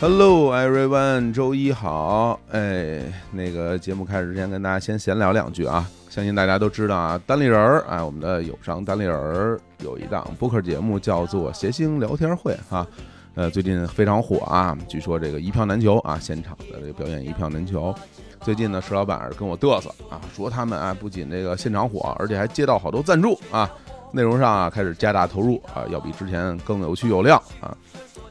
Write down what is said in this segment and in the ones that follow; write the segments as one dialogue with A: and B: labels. A: Hello everyone，周一好。哎，那个节目开始之前，跟大家先闲聊两句啊。相信大家都知道啊，单立人儿，哎，我们的友商单立人儿有一档播客节目叫做《谐星聊天会》哈、呃，最近非常火啊，据说这个一票难求啊，现场的这个表演一票难求。最近呢，石老板跟我嘚瑟啊，说他们啊不仅这个现场火，而且还接到好多赞助啊，内容上啊开始加大投入啊，要比之前更有趣有料啊。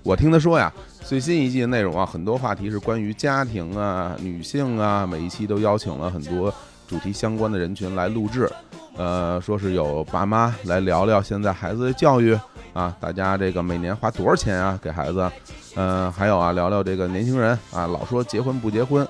A: 我听他说呀，最新一季的内容啊，很多话题是关于家庭啊、女性啊，每一期都邀请了很多主题相关的人群来录制。呃，说是有爸妈来聊聊现在孩子的教育啊，大家这个每年花多少钱啊给孩子？呃，还有啊，聊聊这个年轻人啊，老说结婚不结婚，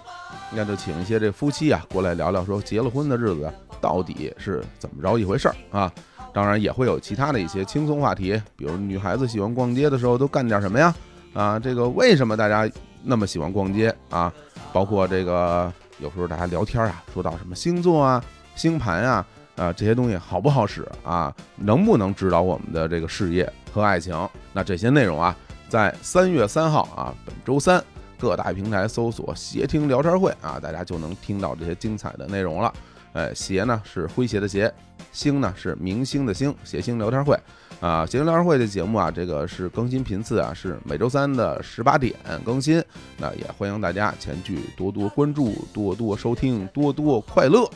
A: 那就请一些这夫妻啊过来聊聊，说结了婚的日子到底是怎么着一回事儿啊。当然也会有其他的一些轻松话题，比如女孩子喜欢逛街的时候都干点什么呀？啊，这个为什么大家那么喜欢逛街啊？包括这个有时候大家聊天啊，说到什么星座啊、星盘啊，啊这些东西好不好使啊？能不能指导我们的这个事业和爱情？那这些内容啊，在三月三号啊，本周三各大平台搜索“协听聊天会”啊，大家就能听到这些精彩的内容了。呃，协呢是诙谐的谐，星呢是明星的星，谐星聊天会啊，谐星聊天会的节目啊，这个是更新频次啊，是每周三的十八点更新，那也欢迎大家前去多多关注、多多收听、多多快乐。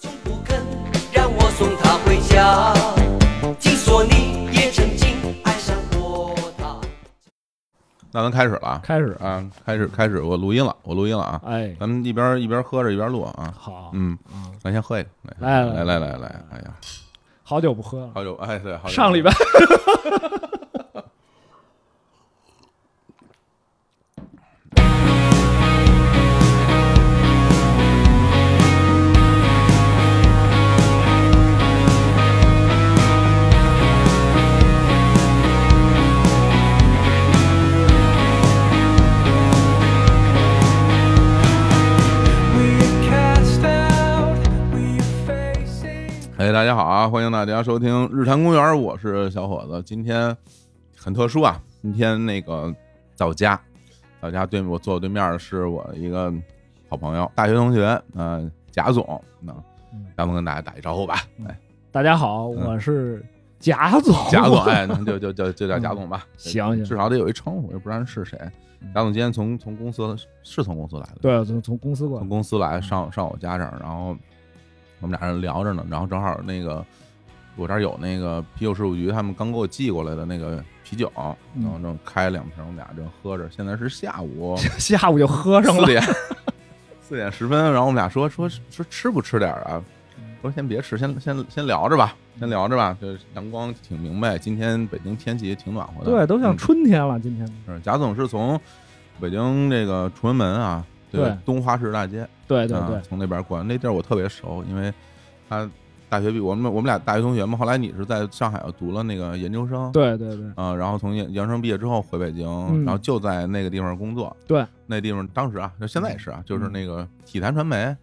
B: 总不肯让我送她回家。听说你也曾经爱上过她。
A: 那咱开始了啊，
C: 开始，
A: 啊，开始开始，我录音了，我录音了啊，
C: 哎，
A: 咱们一边一边喝着一边录啊，
C: 好，
A: 嗯，咱先喝一个，
C: 来
A: 来
C: 来
A: 来来来，哎呀，
C: 好久不喝了，
A: 好久哎对，好久
C: 上礼拜，
A: 哎，大家好啊！欢迎大家收听《日坛公园》，我是小伙子。今天很特殊啊，今天那个在我家，在我家对我坐我对面的是我一个好朋友，大学同学，嗯、贾总。那
C: 嗯
A: 咱们跟大家打一招呼吧。哎，
C: 大家好，
A: 嗯
C: 我是贾总，
A: 贾总，哎，那就就就就叫贾总吧。
C: 哦 嗯行嗯行
A: 至少得有一称呼，也不知道是谁。贾总今天从从公司是从公司来的，
C: 对，从从公司过来
A: 从，公司来上上我家这儿，然后我们俩人聊着呢，然后正好那个我这儿有那个啤酒事务局他们刚给我寄过来的那个啤酒，
C: 嗯
A: 然后正开两瓶，我们俩正喝着。现在是下午
C: 下午就喝上
A: 四
C: 了，
A: 点四点十分，然后我们俩说说说吃不吃点儿啊？
C: 嗯
A: 我说先别吃，先先先聊着吧，先聊着吧。这阳光挺明媚，今天北京天气也挺暖和的，
C: 对，都像
A: 嗯
C: 春天了，今天
A: 是贾总是从北京这个崇文门啊，这个
C: 对
A: 东花市大街。
C: 对对
A: 啊
C: 对，
A: 从那边过来。那地儿我特别熟，因为他大学毕我们我们俩大学同学嘛。后来你是在上海读了那个研究生，
C: 对对对，
A: 啊、然后从研研究生毕业之后回北京，
C: 嗯
A: 然后就在那个地方工作。
C: 对，
A: 那地方当时啊，就现在也是啊，就是
C: 嗯
A: 那个体坛传媒。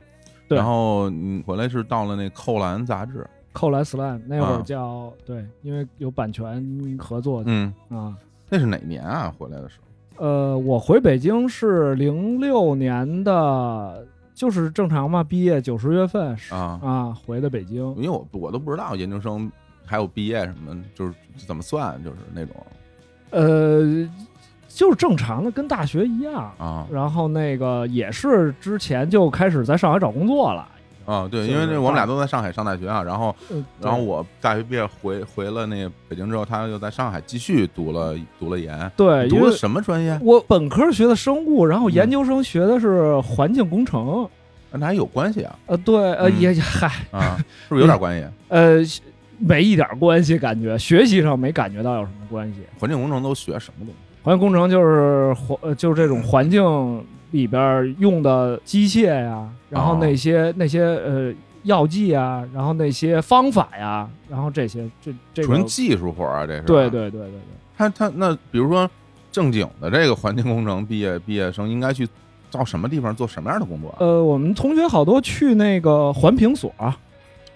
C: 对
A: 然后你回来是到了那《扣篮》杂志，
C: 扣篮 slam 那会
A: 啊
C: 儿叫对，因为有版权合作
A: 嗯，
C: 啊，
A: 那是哪年啊？回来的时候，
C: 呃，我回北京是零六年的，就是正常嘛，毕业九十月份是
A: 啊
C: 啊，回的北京，
A: 因为我我都不知道研究生还有毕业什么，就是怎么算，就是那种
C: 呃，就是正常的，跟大学一样。
A: 啊
C: 然后那个也是之前就开始在上海找工作了。
A: 啊，对，
C: 就是
A: 因为那我们俩
C: 大
A: 都在上海上大学啊，然后
C: 嗯
A: 然后我大学毕业回回了那北京之后，他又在上海继续读了读了研，
C: 对，因
A: 读
C: 为
A: 了什么专业？
C: 我本科学的生物，然后
A: 嗯
C: 研究生学的是环境工程。
A: 那还有关系 啊？
C: 呃，对，呃，
A: 嗯
C: 也嗨，
A: 啊，是不是有点关系？
C: 呃，没一点关系，感觉学习上没感觉到有什么关系。
A: 环境工程都学什么东西？
C: 环境工程就是环，呃就是这种环境里边儿用的机械呀、然后那
A: 啊
C: 些、那些呃药剂啊，然后那些方法呀、然后这些这这个
A: 纯技术活儿啊，这是？
C: 对。对对对对，
A: 他他那比如说正经的这个环境工程毕业毕业生应该去到什么地方做什么样的工作啊？
C: 呃，我们同学好多去那个环评所，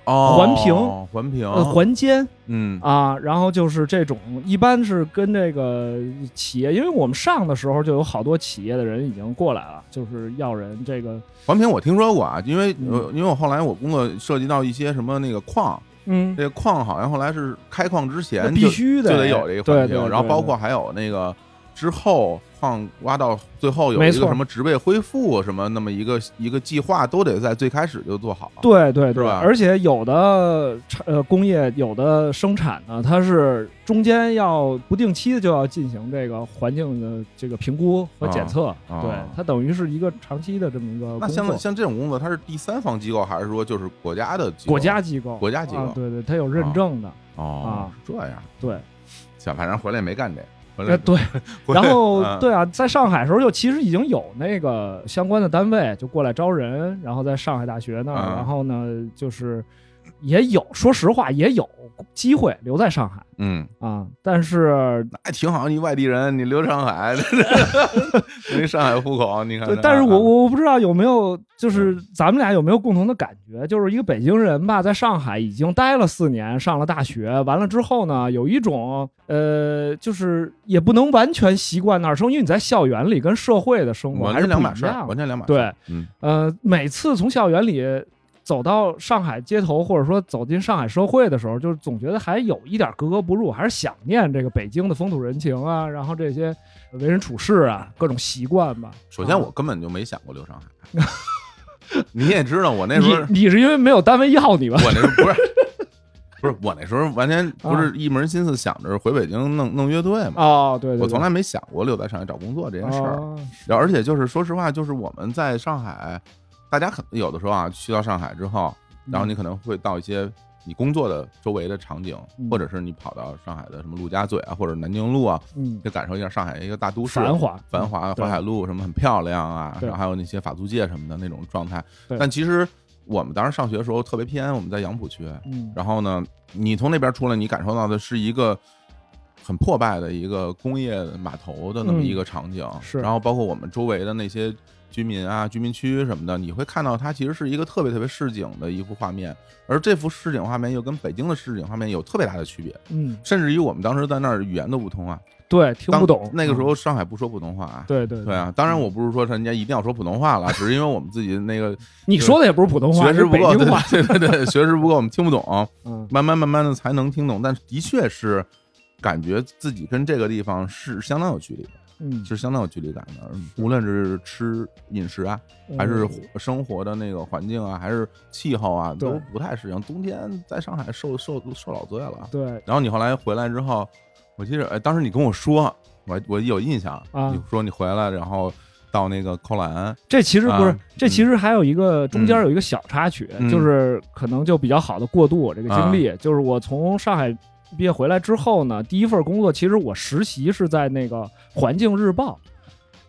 A: 哦，
C: 环评
A: 环评，
C: 呃，还监
A: 嗯
C: 啊，然后就是这种，一般是跟这个企业，因为我们上的时候就有好多企业的人已经过来了，就是要人这个，
A: 环评我听说过啊，因为
C: 嗯
A: 呃因为我后来我工作涉及到一些什么那个矿，
C: 嗯，
A: 这矿好像后来是开矿之
C: 那
A: 前
C: 必
A: 就
C: 须
A: 就
C: 的，
A: 得有这个
C: 对
A: 环
C: 对
A: 评，
C: 对
A: 然后包
C: 对
A: 括还有那个之后矿挖到最后有
C: 没
A: 一个
C: 错
A: 什么植被恢复什么那么一个一个计划，都得在最开始就做好。
C: 对对对，
A: 吧
C: 而且有的产呃工业有的生产呢，它是中间要不定期的就要进行这个环境的这个评估和检测，
A: 啊
C: 对
A: 啊，
C: 它等于是一个长期的这么一个
A: 那
C: 工
A: 像
C: 作。
A: 像这种工作，它是第三方机构还是说就是国家的机构？
C: 国家机构，
A: 国家机构
C: 啊对对，它有认证的，
A: 哦
C: 啊，
A: 是这样。
C: 对，
A: 想反正回来也没干这，个，回来
C: 呃对，
A: 回来
C: 然后
A: 嗯
C: 对啊，在上海时候就其实已经有那个相关的单位就过来招人，然后在上海大学那儿，
A: 嗯
C: 然后呢就是也有，说实话也有机会留在上海
A: 嗯，
C: 啊，但是
A: 那还挺好。你外地人，你留上 海，没上海户口，你看
C: 对
A: 看，
C: 但是我
A: 啊
C: 我我不知道有没有，就是
A: 嗯
C: 咱们俩有没有共同的感觉，就是一个北京人吧，在上海已经待了四年，上了大学，完了之后呢，有一种呃，就是也不能完全习惯那儿生活，因为你在校园里跟社会的生活
A: 完
C: 还是
A: 全两
C: 不一
A: 码事儿，
C: 样
A: 完
C: 的。
A: 全两码事儿。
C: 对，
A: 嗯
C: 呃，每次从校园里走到上海街头，或者说走进上海社会的时候，就是总觉得还有一点格格不入，还是想念这个北京的风土人情啊，然后这些为人处事啊，各种习惯吧。
A: 首先
C: 啊
A: 我根本就没想过留上海。 你也知道，我那时候
C: 你你是因为没有单位要你 吧？
A: 我那时候不是不是我那时候完全不
C: 啊
A: 是一门心思想着回北京弄弄乐队嘛，
C: 哦，对对对，
A: 我从来没想过留在上海找工作这件事儿。
C: 哦
A: 然后而且就是说实话，就是我们在上海，大家很有的时候啊，去到上海之后，然
C: 嗯
A: 后你可能会到一些你工作的周围的场景，
C: 嗯
A: 或者是你跑到上海的什么陆家嘴啊，或者南京路啊，
C: 嗯，
A: 就感受一下上海一个大都市
C: 繁华
A: 繁华
C: 对
A: 淮海路什么很漂亮啊，
C: 对
A: 然后还有那些法租界什么的那种状态
C: 对。
A: 但其实我们当时上学的时候特别偏，我们在杨浦区，
C: 嗯，
A: 然后呢，你从那边出来，你感受到的是一个很破败的一个工业码头的那么一个场景，
C: 嗯是
A: 然后包括我们周围的那些居民啊、居民区什么的，你会看到它其实是一个特别特别市井的一幅画面，而这幅市井画面又跟北京的市井画面有特别大的区别，
C: 嗯，
A: 甚至于我们当时在那儿语言都不通啊，
C: 对，听
A: 当
C: 不懂
A: 那个时候上海不说普通话啊
C: 嗯。对对
A: 对，啊，当然我不是说人家一定要说普通话 了，只是因为我们自己那个
C: 你说的也不是普通话，
A: 学识
C: 是
A: 不
C: 北
A: 够，
C: 京话，
A: 对对对对，学识不够，我们听不懂。
C: 嗯
A: 慢慢慢慢的才能听懂，但的确是感觉自己跟这个地方是相当有距离的，
C: 嗯，
A: 是相当有距离感的。无论是吃饮食啊，还是
C: 嗯
A: 生活的那个环境啊，还是气候啊，
C: 对
A: 都不太适应。冬天在上海受受受老罪了。
C: 对
A: 然后你后来回来之后，我记得，哎，当时你跟我说，我我有印象，
C: 啊
A: 你说你回来，然后到那个扣篮，
C: 这其实不是
A: 啊，
C: 这其实还有一个中间
A: 嗯
C: 有一个小插曲
A: 嗯，啊
C: 就是可能就比较好的过渡我这个经历，就是我从上海毕业回来之后呢，第一份工作其实我实习是在那个环境日报。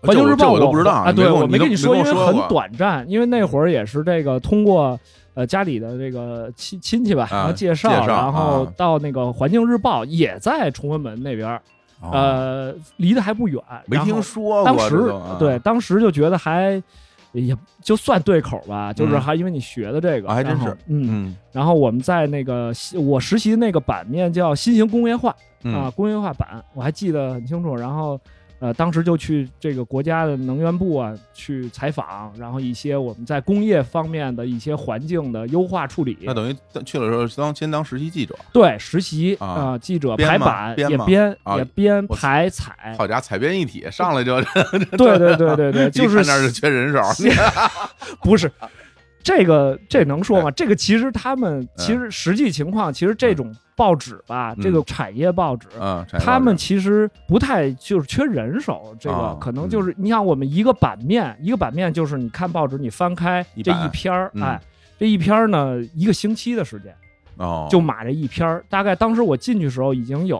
C: 环球日
A: 这
C: 报
A: 我都不知道
C: 啊，
A: 你没
C: 对
A: 跟
C: 我
A: 我你都
C: 跟你说，因
A: 没
C: 为
A: 跟我
C: 很
A: 过
C: 短暂，因为那会儿也是这个通过呃家里的这个亲亲戚吧，
A: 啊
C: 然后介
A: 介绍
C: 然后
A: 啊
C: 到那个环境日报也在崇文门那边儿，
A: 哦
C: 呃，离得还不远，
A: 没
C: 然后
A: 听说过，
C: 当时
A: 这都啊
C: 对，当时就觉得还也就算对口吧，就是还因为你学的这个，
A: 嗯啊还真
C: 然后
A: 是，
C: 嗯。
A: 嗯
C: 然后我们在那个西我实习那个版面叫新型工业化
A: 嗯
C: 啊，工业化版我还记得很清楚。然后呃，当时就去这个国家的能源部啊去采访，然后一些我们在工业方面的一些环境的优化处理。
A: 那等于去了之后当先当实习记者，
C: 对，实习
A: 啊
C: 啊、记者
A: 编
C: 排
A: 吗
C: 版
A: 编
C: 也
A: 吗
C: 编
A: 啊
C: 也编
A: 我
C: 排采，
A: 好家伙，采编一体上来就
C: 对对对对对，就
A: 一
C: 是
A: 看那儿就缺人手，
C: 不是。这个这能
A: 哎
C: 说吗？这个其实他们其实实际情况，其实这种报纸吧，
A: 嗯
C: 这个产业报纸，
A: 嗯，产业
C: 他们
A: 报纸
C: 其实不太就是缺人手，这
A: 啊
C: 个可能就是你像我们一个版面，一个版面就是你看报纸，你翻开
A: 一
C: 这
A: 版
C: 一篇儿，
A: 嗯
C: 哎，这一篇儿呢一个星期的时间
A: 哦，
C: 就码这一篇儿，大概当时我进去时候已经有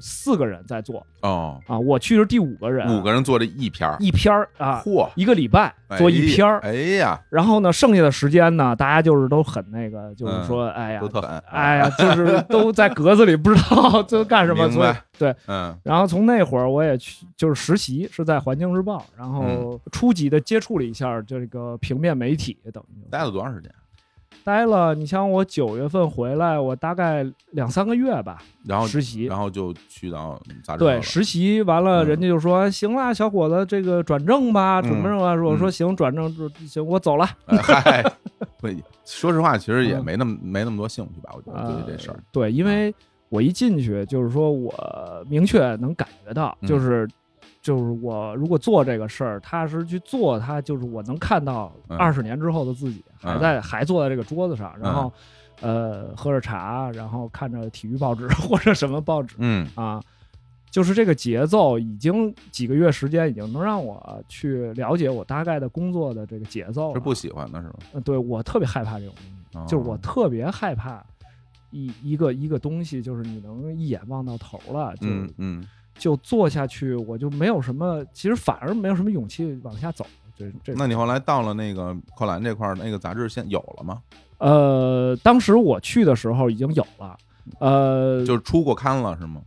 C: 四个人在做
A: 哦，
C: 啊，我去是第五个人，
A: 五个人做这一篇儿，
C: 呃一篇儿啊，
A: 嚯，
C: 一个礼拜
A: 哎
C: 做一篇儿，
A: 哎呀，
C: 然后呢，剩下的时间呢，大家就是都很那个，就是
A: 嗯
C: 说，哎呀
A: 都，特狠，
C: 哎呀，就是都在格子里，不知道 都干什么。
A: 明
C: 所以
A: 白
C: 对，
A: 嗯
C: 然后从那会儿我也去，就是实习是在《环境日报》，
A: 嗯
C: 然后初级的接触了一下这个平面媒体，等于
A: 待了多长时间？
C: 待了，你像我九月份回来，我大概两三个月吧，
A: 然后
C: 实习。
A: 然后就去到杂志社
C: 对，
A: 了
C: 实习完了，
A: 嗯
C: 人家就说、行啦，小伙子，这个转正吧，转正吧。我说
A: 嗯
C: 行，转正就行，我走了。
A: 哎嗨，对，说实话，其实也
C: 嗯
A: 没那么没那么多兴趣吧，我觉得
C: 呃
A: 对于啊这事儿，
C: 对，因为我一进去，就是说我明确能感觉到，
A: 嗯
C: 就是就是我如果做这个事儿，踏实去做它，就是我能看到
A: 嗯
C: 二十年之后的自己还
A: 嗯
C: 在还坐在这个桌子上，然
A: 嗯
C: 后呃喝着茶，然后看着体育报纸 或者什么报纸
A: 嗯
C: 啊。就是这个节奏，已经几个月时间，已经能让我去了解我大概的工作的这个节奏了。
A: 是不喜欢的是吧？
C: 呃对我特别害怕这种东西。
A: 哦
C: 就是我特别害怕一一个一个东西，就是你能一眼望到头了，就、
A: 嗯嗯
C: 就做下去，我就没有什么，其实反而没有什么勇气往下走。这这
A: 那你后来到了那个扣篮这块儿，那个杂志现有了吗？
C: 呃，当时我去的时候已经有了，呃，
A: 就是出过刊了是吗？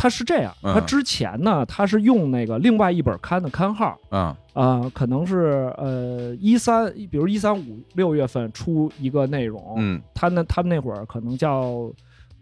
C: 它是这样，
A: 嗯
C: 它之前呢，它是用那个另外一本刊的刊号。
A: 啊，
C: 啊、可能是呃一三，比如一三五六月份出一个内容，
A: 嗯，
C: 他那他们那会儿可能叫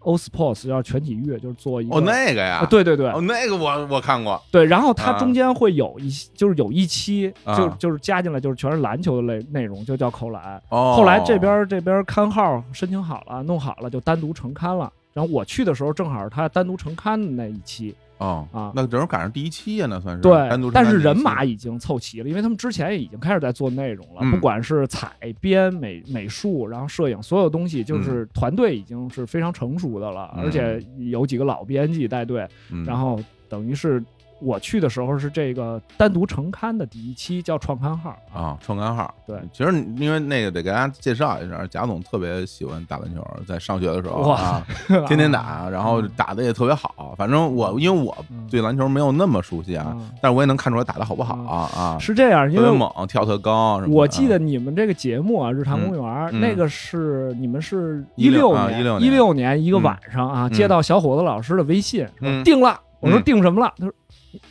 C: O Sports，叫全体育，就是做一个
A: 哦那个呀
C: 啊，，对对对，
A: 哦那个我我看过，
C: 对，然后它
A: 啊
C: 中间会有一些，就是有一期
A: 啊
C: 就就是加进来就是全是篮球的类内容，就叫扣篮。
A: 哦，
C: 后来这边这边刊号申请好了，弄好了就单独成刊了。然后我去的时候正好是他单独成刊的那一期，
A: 哦
C: 啊
A: 那正好赶上第一期呀，那算是
C: 对
A: 单独，
C: 但
A: 成
C: 是
A: 刊
C: 人
A: 第一期
C: 马已经凑齐了，因为他们之前也已经开始在做内容了，
A: 嗯
C: 不管是采编、美美术，然后摄影，所有东西就是团队已经是非常成熟的了，
A: 嗯
C: 而且有几个老编辑带队，
A: 嗯
C: 然后等于是我去的时候是这个单独成刊的第一期，叫创 刊号啊。
A: 啊，创刊号。
C: 对，
A: 其实你因为那个得给大家介绍一下，贾总特别喜欢打篮球，在上学的时候
C: 哇
A: 啊， 天天打，然后打的也特别好。反正我因为我
C: 嗯
A: 对篮球没有那么熟悉啊，
C: 嗯
A: 但是我也能看出来打的好不好啊，
C: 是这样，因
A: 特别
C: 为
A: 猛，跳特高什么的。
C: 我记得你们这个节目啊，《日常公园》
A: 嗯
C: 那个是你们是
A: 16
C: 六
A: 啊16
C: 年，
A: 年
C: 六年一个晚上啊，
A: 嗯
C: 接到小伙子老师的微信，
A: 嗯
C: 说定了。我说
A: 嗯
C: 定什么了？他说，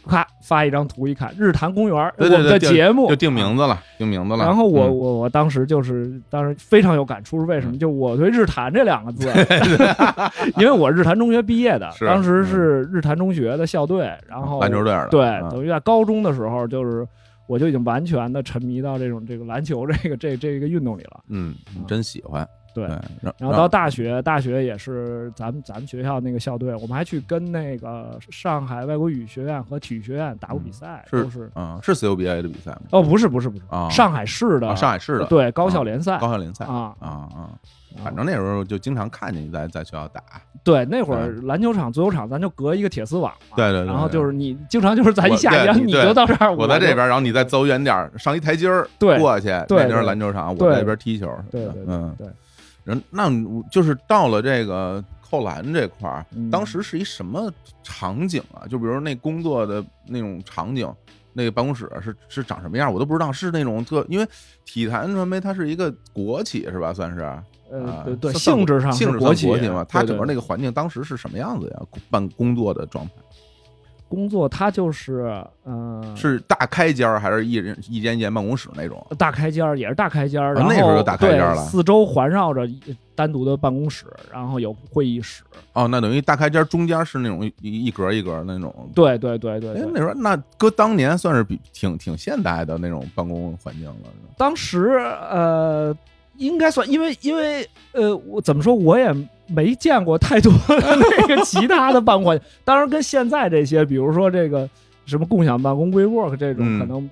C: 咔发一张图，一看《日坛公园》
A: 对对
C: 我们
A: 对
C: 的
A: 定
C: 节目
A: 就定名字了，定名字了。
C: 然后我
A: 嗯
C: 我我当时就是当时非常有感触，是为什么？就我对“日坛”这两个 字，因为我日坛中学毕业的，
A: 是嗯啊
C: 当时是日坛中学的校队，然后
A: 篮球队的，
C: 对，
A: 嗯
C: 等于在高中的时候就是。我就已经完全的沉迷到这种这个篮球这个这这个运动里了。
A: 嗯，你真喜欢。
C: 对
A: 然
C: 然后到大学，大学也是咱们咱们学校那个校队，我们还去跟那个上海外国语学院和体育学院打过比赛，
A: 嗯是
C: 都是
A: 啊，是 CUBA 的比赛吗？
C: 哦，不是不是不是，
A: 啊
C: 上海市的、
A: 啊，上海市的
C: 对高校联赛
A: 高校联赛啊
C: 啊
A: 啊啊！反正那时候就经常看见你在在学校打。
C: 对，那会儿篮球场、足球场，咱就隔一个铁丝网
A: 嗯
C: 嘛。
A: 对对对
C: 然后
A: 对
C: 就是你经常就是咱一
A: 我
C: 下
A: 对
C: 一，然后
A: 你
C: 你
A: 对
C: 就到这儿，
A: 我在
C: 就
A: 这。边，然后你再走远点儿，上一台阶儿
C: 对
A: 过去，
C: 对
A: 那边
C: 对
A: 篮球场，我
C: 对
A: 在这边踢球。
C: 对对对
A: 嗯，
C: 对，
A: 然后那我就是到了这个扣篮这块儿，
C: 嗯
A: 当时是一什么场景啊？就比如那工作的那种场景。那个办公室是是长什么样，我都不知道。是那种特，因为体坛传媒它是一个国企是吧？算是
C: 呃
A: 啊，
C: 对对，
A: 算
C: 性质上
A: 性
C: 是
A: 质
C: 国
A: 算
C: 企
A: 国企嘛，它整个那
C: 个
A: 个环境当时是什么样子呀？办工作的状态
C: 工作，它就是嗯，
A: 是大开间儿还是一人一间一间办公室那种？
C: 大开间儿，也是大开间儿，
A: 啊
C: 然后
A: 那时候就大开间儿了
C: 对四周环绕着一单独的办公室，然后有会议室。
A: 哦，那等于大开间儿中间是那种一一格一格那种。
C: 对对对对
A: 哎，
C: 对，
A: 那时候那搁当年算是比挺挺现代的那种办公环境了。是吧
C: 当时呃，应该算，因为因为呃，我怎么说，我也没见过太多的那个其他的办公环境。当然，跟现在这些，比如说这个什么共享办公、WeWork 这种，
A: 嗯
C: 可能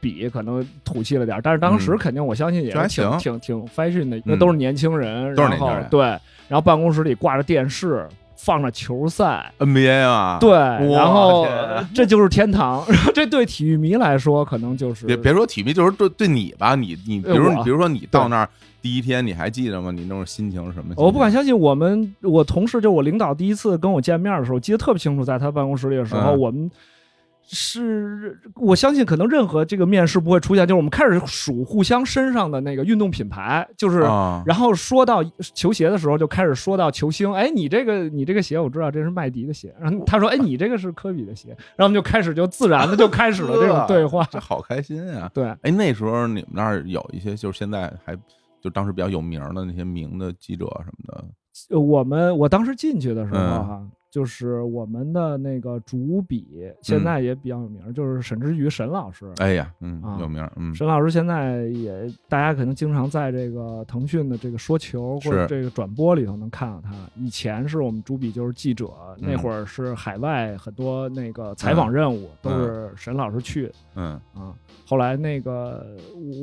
C: 比可能土气了点儿。但是当时
A: 嗯
C: 肯定，我相信也
A: 这还
C: 是挺
A: 行
C: 挺挺 fashion 的，因为
A: 嗯
C: 都是年轻人，
A: 都是
C: 然
A: 年轻
C: 后
A: 人
C: 对，然后办公室里挂着电视，放着球赛。
A: NBA 啊，
C: 对，
A: 哇
C: 然后
A: 天啊
C: 呃这就是天堂。 然后这对体育迷来说，可能就是
A: 别别说体育，就是对对你吧，你你比
C: 对
A: 如
C: 我
A: 比如说你到那儿第一天，你还记得吗？你那种心情是什么？
C: 我不敢。相信，我们我同事就我领导第一次跟我见面的时候，我记得特别清楚，在他办公室里的时候，
A: 嗯
C: 我们是我相信可能任何这个面试不会出现，就是我们开始数互相身上的那个运动品牌，就是。
A: 啊，
C: 然后说到球鞋的时候，就开始说到球星。哎，你这个你这个鞋，我知道这是麦迪的鞋。然后他说，哎，你这个是科比的鞋。然后我们就开始就自然的就开始了这种对话。
A: 这好开心啊！
C: 对，
A: 哎，那时候你们那儿有一些，就是现在还就当时比较有名儿的那些名的记者什么的，
C: 呃我们我当时进去的时候
A: 嗯
C: 哈、就是我们的那个主笔，现在也比较有名儿，就是沈之瑜沈老师。
A: 嗯哎呀，嗯，
C: 啊
A: 有名儿，嗯，
C: 沈老师现在也，大家可能经常在这个腾讯的这个说球
A: 是
C: 或者这个转播里头能看到他。以前是我们主笔就是记者，
A: 嗯
C: 那会儿是海外很多那个采访任务、都是沈老师去
A: 嗯，
C: 啊。后来那个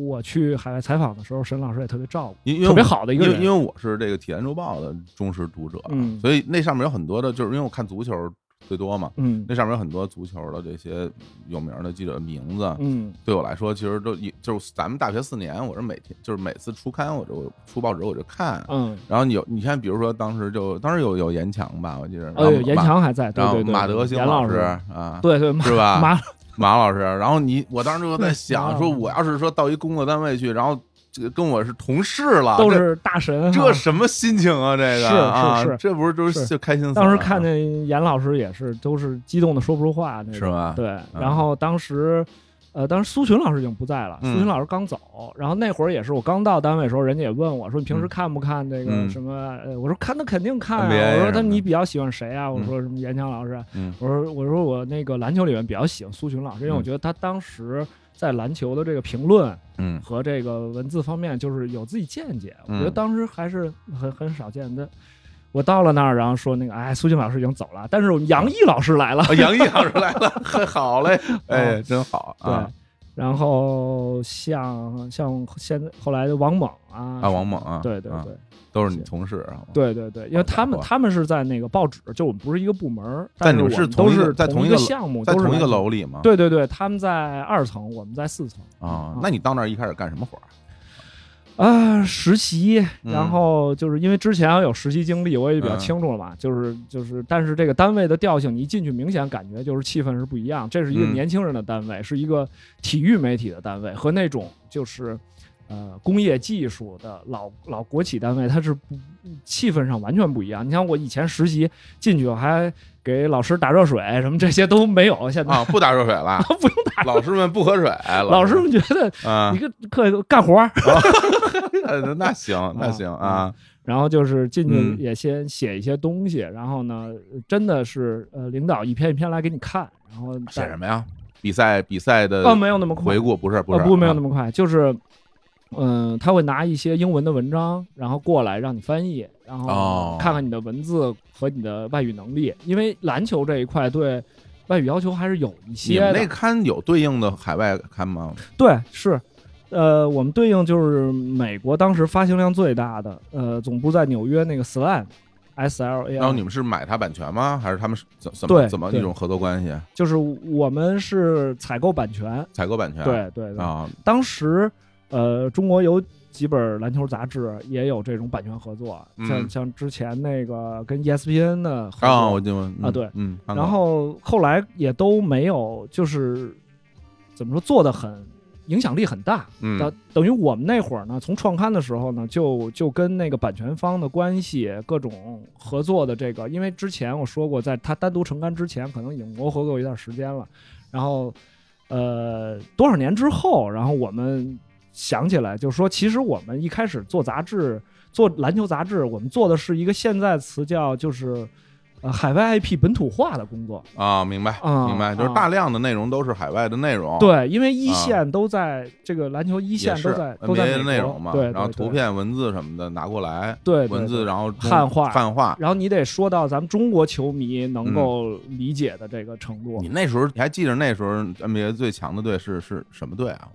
C: 我去海外采访的时候，沈老师也特别照顾，
A: 因因为
C: 特别
A: 我
C: 好的一
A: 因
C: 个
A: 为
C: 人。
A: 因为我是这个《体坛周报》的忠实读者，
C: 嗯
A: 所以那上面有很多的，就是因为我看足球最多嘛，
C: 嗯
A: 那上面有很多足球的这些有名的记者名字，
C: 嗯
A: 对我来说，其实都也就是咱们大学四年，我是每天就是每次出刊，我就出报纸我就看。
C: 嗯，
A: 然后你有你看，比如说当时就当时有有严强吧，我记得，然后
C: 呃，严
A: 马，
C: 强还在，对
A: 然后
C: 对对，
A: 马德兴
C: 严老
A: 师，啊，
C: 对对马
A: 是吧啊
C: 马
A: 马老师。然后你我当时就在想，
C: 对
A: 说
C: 马老师
A: 我要是说到一工作单位去，然后这个跟我是同事了，
C: 都是大神哈，啊
A: 这这什么心情啊？这个
C: 是是
A: 啊
C: 是
A: 这不是就是
C: 是
A: 就开心死了。啊
C: 当时看见严老师也是，都是激动的说不出话那种。
A: 是吧？
C: 对，然后当时，呃，当时苏群老师已经不在了，苏
A: 嗯
C: 群老师刚走，然后那会儿也是我刚到单位的时候，人家也问我说你平时
A: 嗯
C: 看不看这
A: 嗯
C: 个什么？呃，我说看，那肯定看啊。
A: NBA
C: 我
A: 什
C: 说那
A: 么的
C: 你比较喜欢谁啊？我
A: 嗯
C: 说什么严强老师啊？
A: 嗯
C: 我说我说我那个篮球里面比较喜欢苏群老师，因为我
A: 嗯
C: 觉得他当时在篮球的这个评论
A: 嗯
C: 和这个文字方面，就是有自己见解。我
A: 嗯
C: 觉得当时还是很很少见的。我到了那儿，然后说那个，哎，苏静老师已经走了，但是我们杨毅老师 来了。
A: 哦杨毅老师来了，呵好 嘞，哎，真好
C: 嗯对，
A: 啊
C: 然后像像现在后来的王猛啊，
A: 啊，王猛啊，
C: 对对
A: 啊
C: 对、
A: 都是你同事啊。
C: 对对对，因为他们
A: 好吧
C: 他们是在那个报纸，就我们不是一个部门儿，
A: 但
C: 但
A: 你们
C: 我
A: 是同
C: 都
A: 一个
C: 是
A: 在同
C: 同
A: 一个
C: 个
A: 楼
C: 项目，
A: 在
C: 都是
A: 同一个
C: 来
A: 楼里吗？
C: 对对嗯对，他们在二层，我们在四层
A: 啊，那你到那儿一开始干什么活儿啊？
C: 啊，实习，
A: 嗯
C: 然后就是因为之前有实习经历，我也比较
A: 嗯
C: 清楚了嘛，就是就是，但是这个单位的调性，你一进去明显感觉就是气氛是不一样。这是一个
A: 嗯
C: 年轻人的单位，是一个体育媒体的单位，和那种就是呃工业技术的老老国企单位，它是不气氛上完全不一样。你像我以前实习进去，我还给老师打热水什么这些都没有，现 在、
A: 啊，不打热水了，
C: 不用打，
A: 老师们不喝水，
C: 老师们觉得
A: 啊
C: 一，个课干活儿。
A: 呃那 行那
C: 嗯
A: 行啊，
C: 然后就是进
A: 嗯
C: 去也先写一些东西，然后呢，呃真的是呃，领导一篇一篇来给你看，然后
A: 写什
C: 么？
A: 么呀？比赛比赛的
C: 哦，没有那么快，
A: 回顾不是不是啊
C: 呃不没有那
A: 么
C: 么快，就是嗯、他会拿一些英文的文章，然后过来让你翻译，然
A: 哦
C: 后看看你的文字和你的外语能力，因为篮球这一块对外语要求还是有一
A: 你
C: 些
A: 们
C: 的。
A: 那刊有对应的海外刊吗？
C: 对，是，呃，我们对应就是美国当时发行量最大的，呃，总部在纽约那个 SLAM，S L A，
A: 然后哦你们是买它版权吗？还是他们是怎怎么
C: 啊对
A: 怎么
C: 对
A: 一种合作关系？啊
C: 就是我们是采购版权，
A: 采购版权？
C: 对对对，
A: 啊，
C: 当时呃，中国有几本篮球杂志也有这种版权合作，
A: 嗯
C: 像像之前那个跟 E ESPN 的合
A: 啊，我
C: 作，
A: 就
C: 啊对，
A: 嗯，看过
C: 然后后来也都没有，就是怎么说做的很。影响力很大，
A: 嗯
C: 等等于我们那会儿呢，从创刊的时候呢，就就跟那个版权方的关系，各种合作的这个，因为之前我说过，在他单独成刊之前，可能已经磨合过一段时间了，然后呃多少年之后，然后我们想起来，就是说，其实我们一开始做杂志，做篮球杂志，我们做的是一个现在词叫就是呃海外 IP 本土化的工作。
A: 啊，明白
C: 啊
A: 明白，就是
C: 啊
A: 大量的内容都是海外的内容，，
C: 对，因为一
A: 啊
C: 线都在、这个篮球一
A: 也
C: 线
A: 是
C: 都在都在
A: NBA 的
C: 美
A: 内
C: 国
A: 容嘛，
C: 对，对
A: 然后图
C: 对
A: 片、文字什么的拿过来，
C: 对对
A: 文字，啊
C: 对
A: 然后中
C: 汉化
A: 汉化。
C: 然后你得说到咱们中国球迷能够理解的这个程度，
A: 嗯你那时候你还记得那时候 NBA 最强的队是是什么队啊？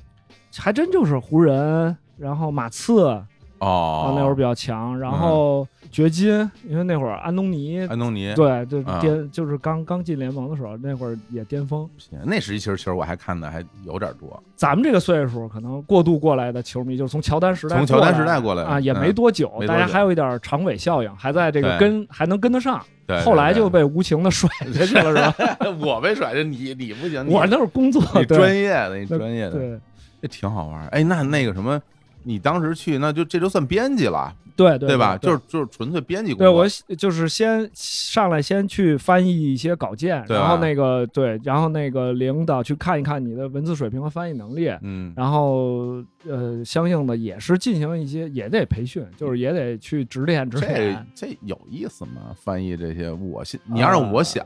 C: 还真就是湖人，然后马刺啊
A: 哦，
C: 那会儿比较强，然后掘金，因为那会儿安东尼
A: 安东尼。
C: 对对
A: 啊
C: 巅就是刚刚进联盟的时候，那会儿也巅峰。
A: 那时期其实其实我还看的还有点多，
C: 咱们这个岁数可能过渡过来的球迷，就是从乔丹时代
A: 从乔丹时代过来的
C: 啊，也
A: 嗯
C: 没多久，
A: 没多久
C: 大家还有一点长尾效应，还在这个
A: 对
C: 跟还能跟得上。
A: 对，对
C: 后来就
A: 对
C: 被无情的甩下去了， 是吧？
A: 我被甩，就你你不行，你
C: 我那会儿工作
A: 你
C: 对
A: 专业的，你
C: 那
A: 专业的，
C: 对
A: 这挺好玩儿。哎，那那个什么，你当时去，那就这就算编辑了，
C: 对
A: 对吧？
C: 对
A: 就是就是纯粹编辑工
C: 对我
A: 作。
C: 喜就是先上来先去翻译一些稿件，
A: 对吧啊
C: 然后那个对，然后那个领导去看一看你的文字水平和翻译能力，
A: 嗯，
C: 然后呃，相应的也是进行一些也得培训，就是也得去指点指
A: 这
C: 点。
A: 这有意思吗？翻译这些，我现你要
C: 啊
A: 让我想、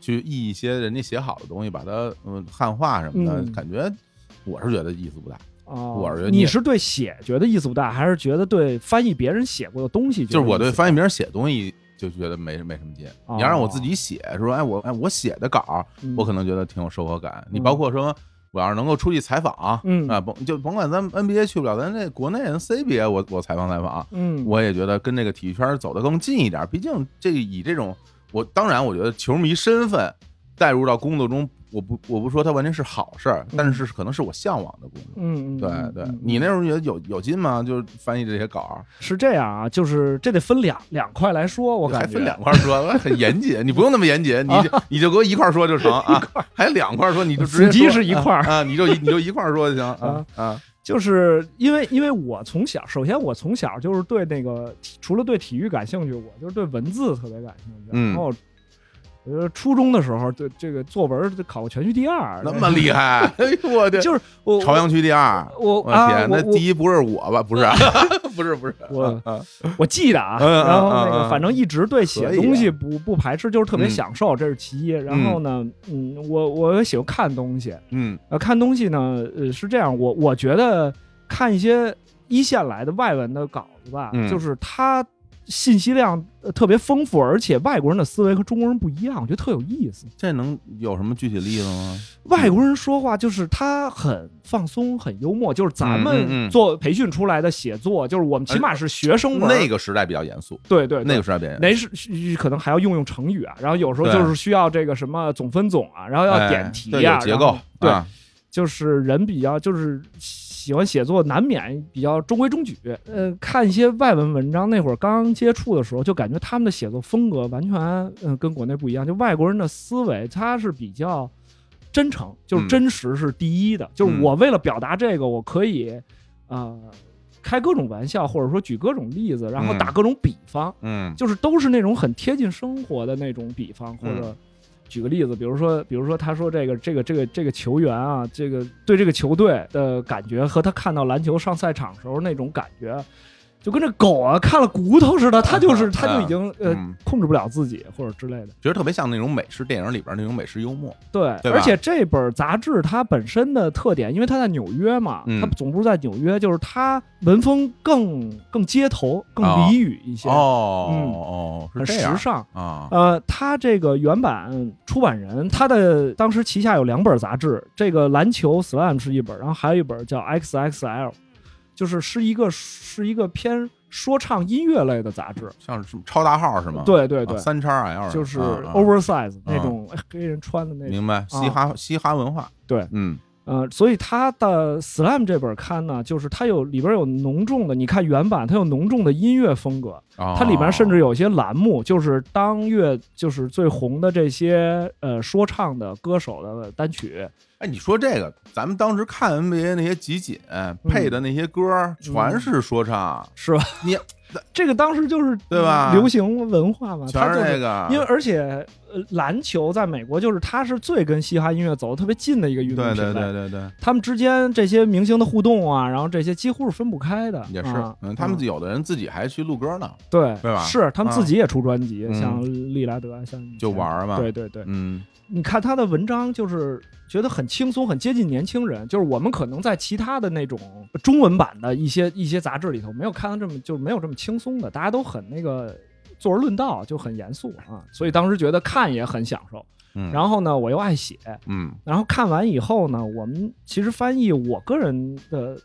A: 去译一些人家写好的东西，把它嗯汉化什么的，
C: 嗯
A: 感觉我是觉得意思不大。
C: 哦，
A: 我是觉得
C: 你
A: 念
C: 是对写觉得意思不大，还是觉得对翻译别人写过的东西觉
A: 就
C: 得意思不大？啊
A: 是我对翻译名写东西就觉得没没什么劲。
C: 哦
A: 你要让我自己写，说哎我哎我写的稿，
C: 嗯
A: 我可能觉得挺有收获感。你
C: 嗯
A: 包括说。我要是能够出去采访，
C: 嗯
A: 啊，甭就甭管咱们 NBA 去不了，咱这国内人 CBA 我我采访采访，
C: 嗯，
A: 我也觉得跟这个体育圈走得更近一点。毕竟这以这种我当然我觉得球迷身份带入到工作中，我不我不说它完全是好事儿，但是可能是我向往的工作。
C: 嗯嗯嗯，
A: 对
C: 嗯
A: 对
C: 嗯，
A: 你那时候觉得有有劲吗？就是翻译这些稿儿，
C: 是这样啊，就是这得分两两块来说，我感
A: 还
C: 觉啊
A: 分两块儿说， 很严谨。你不用那么严谨，你就你就给我一块儿说就 成啊。还两块儿说，你就直接
C: 死机
A: 说
C: 是一块儿
A: 啊，啊你就一你就一块儿说就行啊
C: 啊
A: 啊。
C: 就是因为因为我从小，首先我从小就是对那个除了对体育感兴趣，我就是对文字特别感兴趣。
A: 嗯
C: 然后，呃，初中的时候对这个作文就考过全区第二，
A: 那么厉 害，哎呦我的，
C: 就是我
A: 朝阳区第二。
C: 我
A: 我
C: 啊
A: 天，
C: 我
A: 那第
C: 我
A: 一不是我吧？不是，啊 不是，不是。
C: 我
A: 啊
C: 我记得啊，
A: 嗯嗯
C: 然后那
A: 嗯嗯
C: 个反正一直对写
A: 可以啊
C: 东西不不排斥，就是特别
A: 嗯
C: 享受，这是其一。然后呢，嗯，我我也喜欢看东西，
A: 嗯
C: 呃，看东西呢，呃，是这样，我我觉得看一些一线来的外文的稿子吧，
A: 嗯
C: 就是它信息量、呃特别丰富，而且外国人的思维和中国人不一样，我觉得特有意思。
A: 这能有什么具体例子吗？
C: 外国人说话就是他很放松、很幽默，就是咱
A: 嗯嗯
C: 们
A: 嗯
C: 做培训出来的写作，就是我们起码是学生文，
A: 那个时代比较严肃，
C: 对对对
A: 那个时代比较严肃。
C: 那是是可能还要用用成语啊，然后有时候
A: 对
C: 就是需要这个什么总分总啊，然后要点题
A: 哎对
C: 呀、
A: 有结
C: 然后
A: 构，
C: 对，
A: 啊
C: 就是人比较就是喜欢写作，难免比较中规中矩。呃，看一些外文文章，那会儿刚接触的时候，就感觉他们的写作风格完全嗯、呃跟国内不一样。就外国人的思维，他是比较真诚，就是
A: 嗯
C: 真实是第一的。就是我为了表达这个，我可以呃开各种玩笑，或者说举各种例子，然后
A: 嗯
C: 打各种比方。
A: 嗯
C: 就是都是那种很贴近生活的那种比方，或
A: 嗯
C: 者举个例子，比如说，比如说他说这个这个这个这个球员啊，这个对这个球队的感觉和他看到篮球上赛场时候那种感觉，就跟这狗啊看了骨头似的，他就是他就已经呃
A: 嗯，
C: 控制不了自己或者之类的。
A: 觉得特别像那种美式电影里边那种美式幽默。
C: 对，
A: 对吧
C: 而且这本杂志它本身的特点，因为它在纽约嘛，
A: 嗯
C: 它总部在纽约，就是它文风更更街头、更
A: 哦
C: 俚语一些，
A: 哦
C: 嗯
A: 哦，是
C: 很
A: 这
C: 时
A: 样
C: 尚。
A: 啊。
C: 呃，他这个原版出版人，他的当时旗下有两本杂志，这个篮球 Slam 是一本，然后还有一本叫 XXL，就是是一个是一个偏说唱音乐类的杂志。
A: 像是超大号是吗？
C: 对对对，
A: 啊三叉 L
C: 就是
A: 啊啊
C: oversize、
A: 嗯
C: 那种哎黑人穿的那种。
A: 明白嘻
C: 啊
A: 哈嘻哈文化。
C: 对，
A: 嗯
C: 呃，所以他的 Slam 这本刊呢，就是它有里边有浓重的，你看原版它有浓重的音乐风格，
A: 哦
C: 它里边甚至有些栏目，就是当月就是最红的这些呃说唱的歌手的单曲，
A: 哎，你说这个，咱们当时看 NBA 那些集锦配
C: 嗯
A: 的那些歌，全是说唱，
C: 是吧？
A: 你
C: 这个当时就是
A: 对吧
C: 流行文化嘛，
A: 全
C: 它
A: 是
C: 就
A: 这
C: 是。
A: 个，
C: 因为而且，呃，篮球在美国就是它是最跟嘻哈音乐走的特别近的一个运动
A: 对
C: 品
A: 对
C: 类，
A: 对对对。
C: 他们之间这些明星的互动啊，然后这些几乎是分不开的。
A: 也是
C: 啊，
A: 嗯，他们
C: 嗯
A: 有的人自己还去录歌呢，
C: 对
A: 对吧
C: 是他们
A: 啊
C: 自己也出专辑，
A: 嗯
C: 像利拉德，啊像以
A: 就
C: 前
A: 玩儿嘛
C: 对对对，
A: 嗯，
C: 你看他的文章，就是觉得很轻松，很接近年轻人。就是我们可能在其他的那种中文版的一些一些杂志里头，没有看到这么就是没有这么轻松的，大家都很那个坐而论道，就很严肃啊。所以当时觉得看也很享受。
A: 嗯
C: 然后呢，我又爱写，
A: 嗯
C: 然后看完以后呢，我们其实翻译，我个人的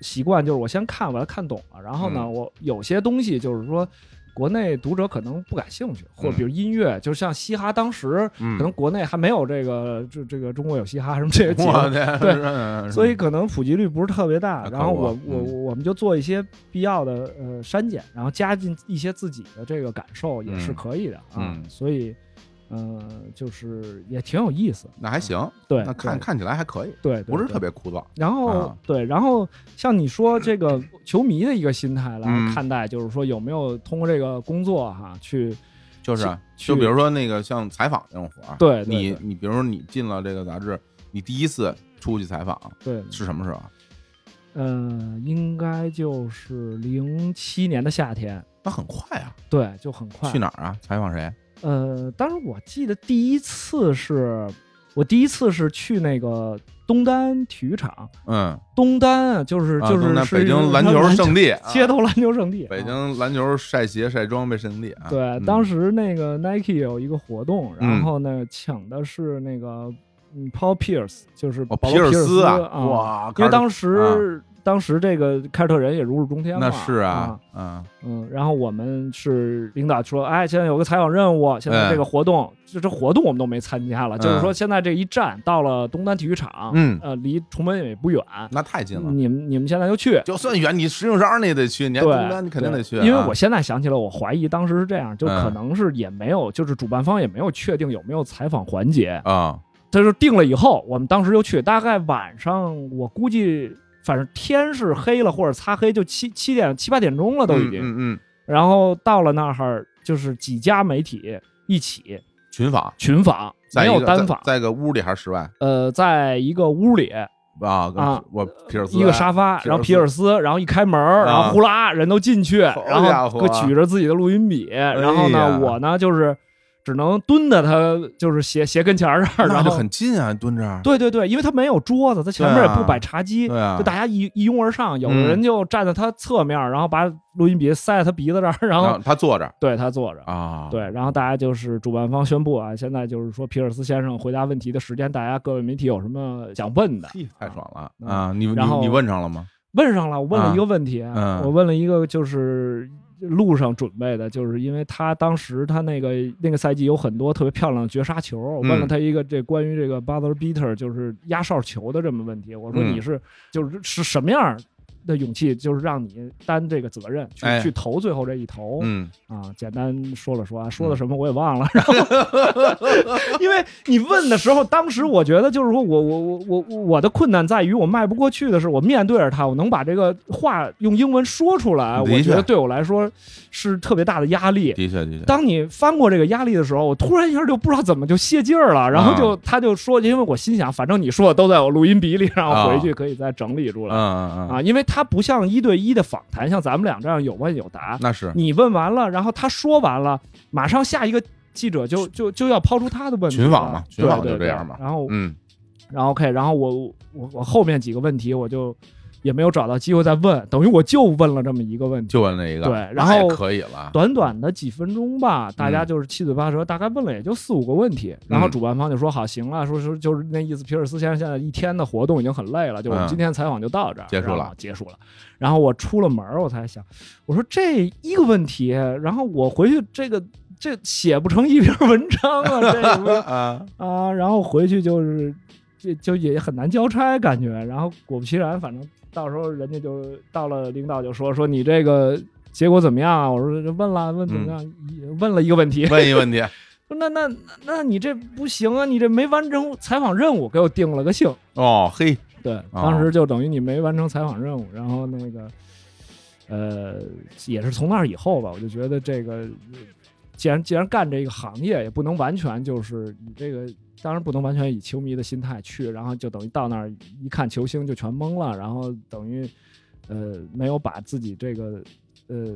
C: 习惯就是我先看完看懂了，然后呢，
A: 嗯
C: 我有些东西就是说。国内读者可能不感兴趣，或者比如音乐，就像嘻哈，当时可能
A: 嗯，
C: 国内还没有这个这这个中国有嘻哈什么这个节
A: 我嗯
C: 目，
A: 的
C: 对
A: 对
C: 所以可能普及率不是特别
A: 那
C: 大。
A: 可
C: 然后
A: 不
C: 我我
A: 嗯
C: 我我们就做一些必要的呃删减，然后加进一些自己的这个感受也是
A: 嗯
C: 可以的啊
A: 嗯。
C: 所以嗯、就是也挺有意思。
A: 那还行，
C: 对，
A: 那看
C: 对
A: 看起来还可以，
C: 对，对
A: 不是
C: 对
A: 特别枯燥。
C: 然后、
A: 啊
C: 对，然后像你说这个球迷的一个心态来
A: 嗯
C: 看待，就是说有没有通过这个工作哈、去
A: 就是啊，
C: 去
A: 就比如说那个像采访这种活儿，
C: 对对
A: 你
C: 对
A: 你比如说你进了这个杂志，你第一次出去采访
C: 对，
A: 是什么时候？啊
C: 嗯，应该就是零七年的夏天，
A: 那很快啊，
C: 对，就很快
A: 去哪儿啊？采访谁？
C: 呃，当时我记得第一次是我第一次是去那个东单体育场，
A: 嗯，
C: 东单啊，就是
A: 啊
C: 就
A: 东
C: 是
A: 南
C: 是
A: 北京篮球圣地，啊
C: 街头篮球圣地，
A: 北
C: 啊
A: 京篮球晒鞋晒装备圣地啊。
C: 对，
A: 嗯
C: 当时那个 Nike 有一个活动，
A: 嗯
C: 然后呢，请的是那个嗯 Paul Pierce，就是
A: 哦，
C: 保
A: 皮
C: 罗
A: 尔
C: 斯
A: 啊，
C: 啊，
A: 哇，
C: 因为当
A: 时
C: 时当时这个凯尔特人也如日中天嘛，
A: 那是啊，嗯，
C: 嗯，然后我们是领导说，哎，现在有个采访任务，现在这个活动，就这活动我们都没参加了，
A: 哎嗯
C: 就是说现在这一站到了东单体育场，
A: 嗯
C: 呃，离崇文也不远，
A: 那太近了。
C: 你们你们现在就去。
A: 就算远，你石景山你也得去，你还
C: 嗯对
A: 东单你肯定得去啊，
C: 对因为我现在想起来，我怀疑当时是这样，就
A: 嗯
C: 可能是也没有，就是主办方也没有确定有没有采访环节，
A: 啊，
C: 他就定了以后，我们当时就去，大概晚上我估计，反正天是黑了或者擦黑，就七七点七八点钟了都已经，
A: 嗯嗯嗯，
C: 然后到了那儿，就是几家媒体一起
A: 群访，
C: 群访，
A: 在
C: 没
A: 一
C: 有
A: 个
C: 单
A: 在
C: 访，
A: 在个屋里还是室外
C: 呃，在一个屋里
A: 啊？跟
C: 啊
A: 我皮尔斯
C: 一个沙发，
A: 皮尔斯
C: 然后皮尔斯，然后一开门，然后呼啦人都进去，然
A: 家
C: 后
A: 伙
C: 各举着自己的录音笔，然后
A: 呀
C: 呢，我呢就是只能蹲在他就是斜斜跟前 儿这儿，
A: 那
C: 然
A: 就
C: 后
A: 很近啊，蹲着。
C: 对对对，因为他没有桌子，他前面
A: 对
C: 也
A: 啊
C: 不摆茶几，
A: 对啊
C: 就大家一一拥而上，有的
A: 嗯
C: 人就站在他侧面，然后把录音笔塞在他鼻子这儿，然
A: 然
C: 后
A: 后他坐着
C: 对他坐着。
A: 啊，
C: 对，然后大家就是主办方宣布啊，现在就是说皮尔斯先生回答问题的时间，大家各位媒体有什么想问的，
A: 嘿，太爽了
C: 嗯
A: 啊！你你
C: 然后
A: 你问上了吗？
C: 问上了。我问了
A: 啊
C: 一个问题，
A: 嗯
C: 我问了一个就是路上准备的，就是因为他当时他那个那个赛季有很多特别漂亮的绝杀球，我问了
A: 嗯
C: 他一个这关于这个 buzzer beater 就是压哨球的这么问题，我说
A: 嗯
C: 你是就是是什么样的勇气，就是让你担这个责任去、
A: 哎
C: 去投最后这一投，
A: 嗯，
C: 啊，简单说了说啊，说的什么我也忘了。然后，因为你问的时候，当时我觉得就是说我我我我我的困难在于我迈不过去的是，我面对着他，我能把这个话用英文说出来，
A: 的
C: 我觉
A: 确
C: 得对我来说是特别大的压力。
A: 的确的确，
C: 当你翻过这个压力的时候，我突然一下就不知道怎么就泄劲儿了，然后就、他就说，因为我心想，反正你说的都在我录音笔里，然
A: 啊
C: 后回去可以再整理出
A: 嗯
C: 来、
A: 嗯嗯，
C: 啊，因为他不像一对一的访谈，像咱们俩这样有问有答，
A: 那是
C: 你问完了，然后他说完了，马上下一个记者就就就要抛出他的问题了，
A: 群访嘛群访
C: 对
A: 就这样嘛
C: 对对然后
A: 嗯
C: 然后 OK，然后我我我后面几个问题我就也没有找到机会再问，等于我就问了这么一个问题，
A: 就问那一个，
C: 对
A: 那
C: 然后
A: 也可以了，
C: 短短的几分钟
A: 嗯
C: 吧，大家就是七嘴八舌，大概问了也就四五个问题，然后主办方就说好行了，说说就是那意思，皮尔斯先生现在一天的活动已经很累了，就我们
A: 嗯
C: 今天采访就到这儿、
A: 结束了
C: 然后结束了。然后我出了门儿，我才想，我说这一个问题，然后我回去这个这写不成一篇文章啊，这个
A: 啊，
C: 啊，然后回去就是这就也很难交差感觉。然后果不其然，反正到时候人家就到了，领导就说说你这个结果怎么样啊？我说问了问怎么样，一问了一个问题，
A: 问一问 题
C: 说那那那那你这不行啊，你这没完成采访任务，给我定了个性。
A: 哦，嘿，
C: 对，当时就等于你没完成采访任务，然后那个，呃，也是从那儿以后吧，我就觉得这个，呃既然既然干这个行业，也不能完全就是以这个，当然不能完全以球迷的心态去，然后就等于到那儿一看球星就全懵了，然后等于，呃，没有把自己这个，呃。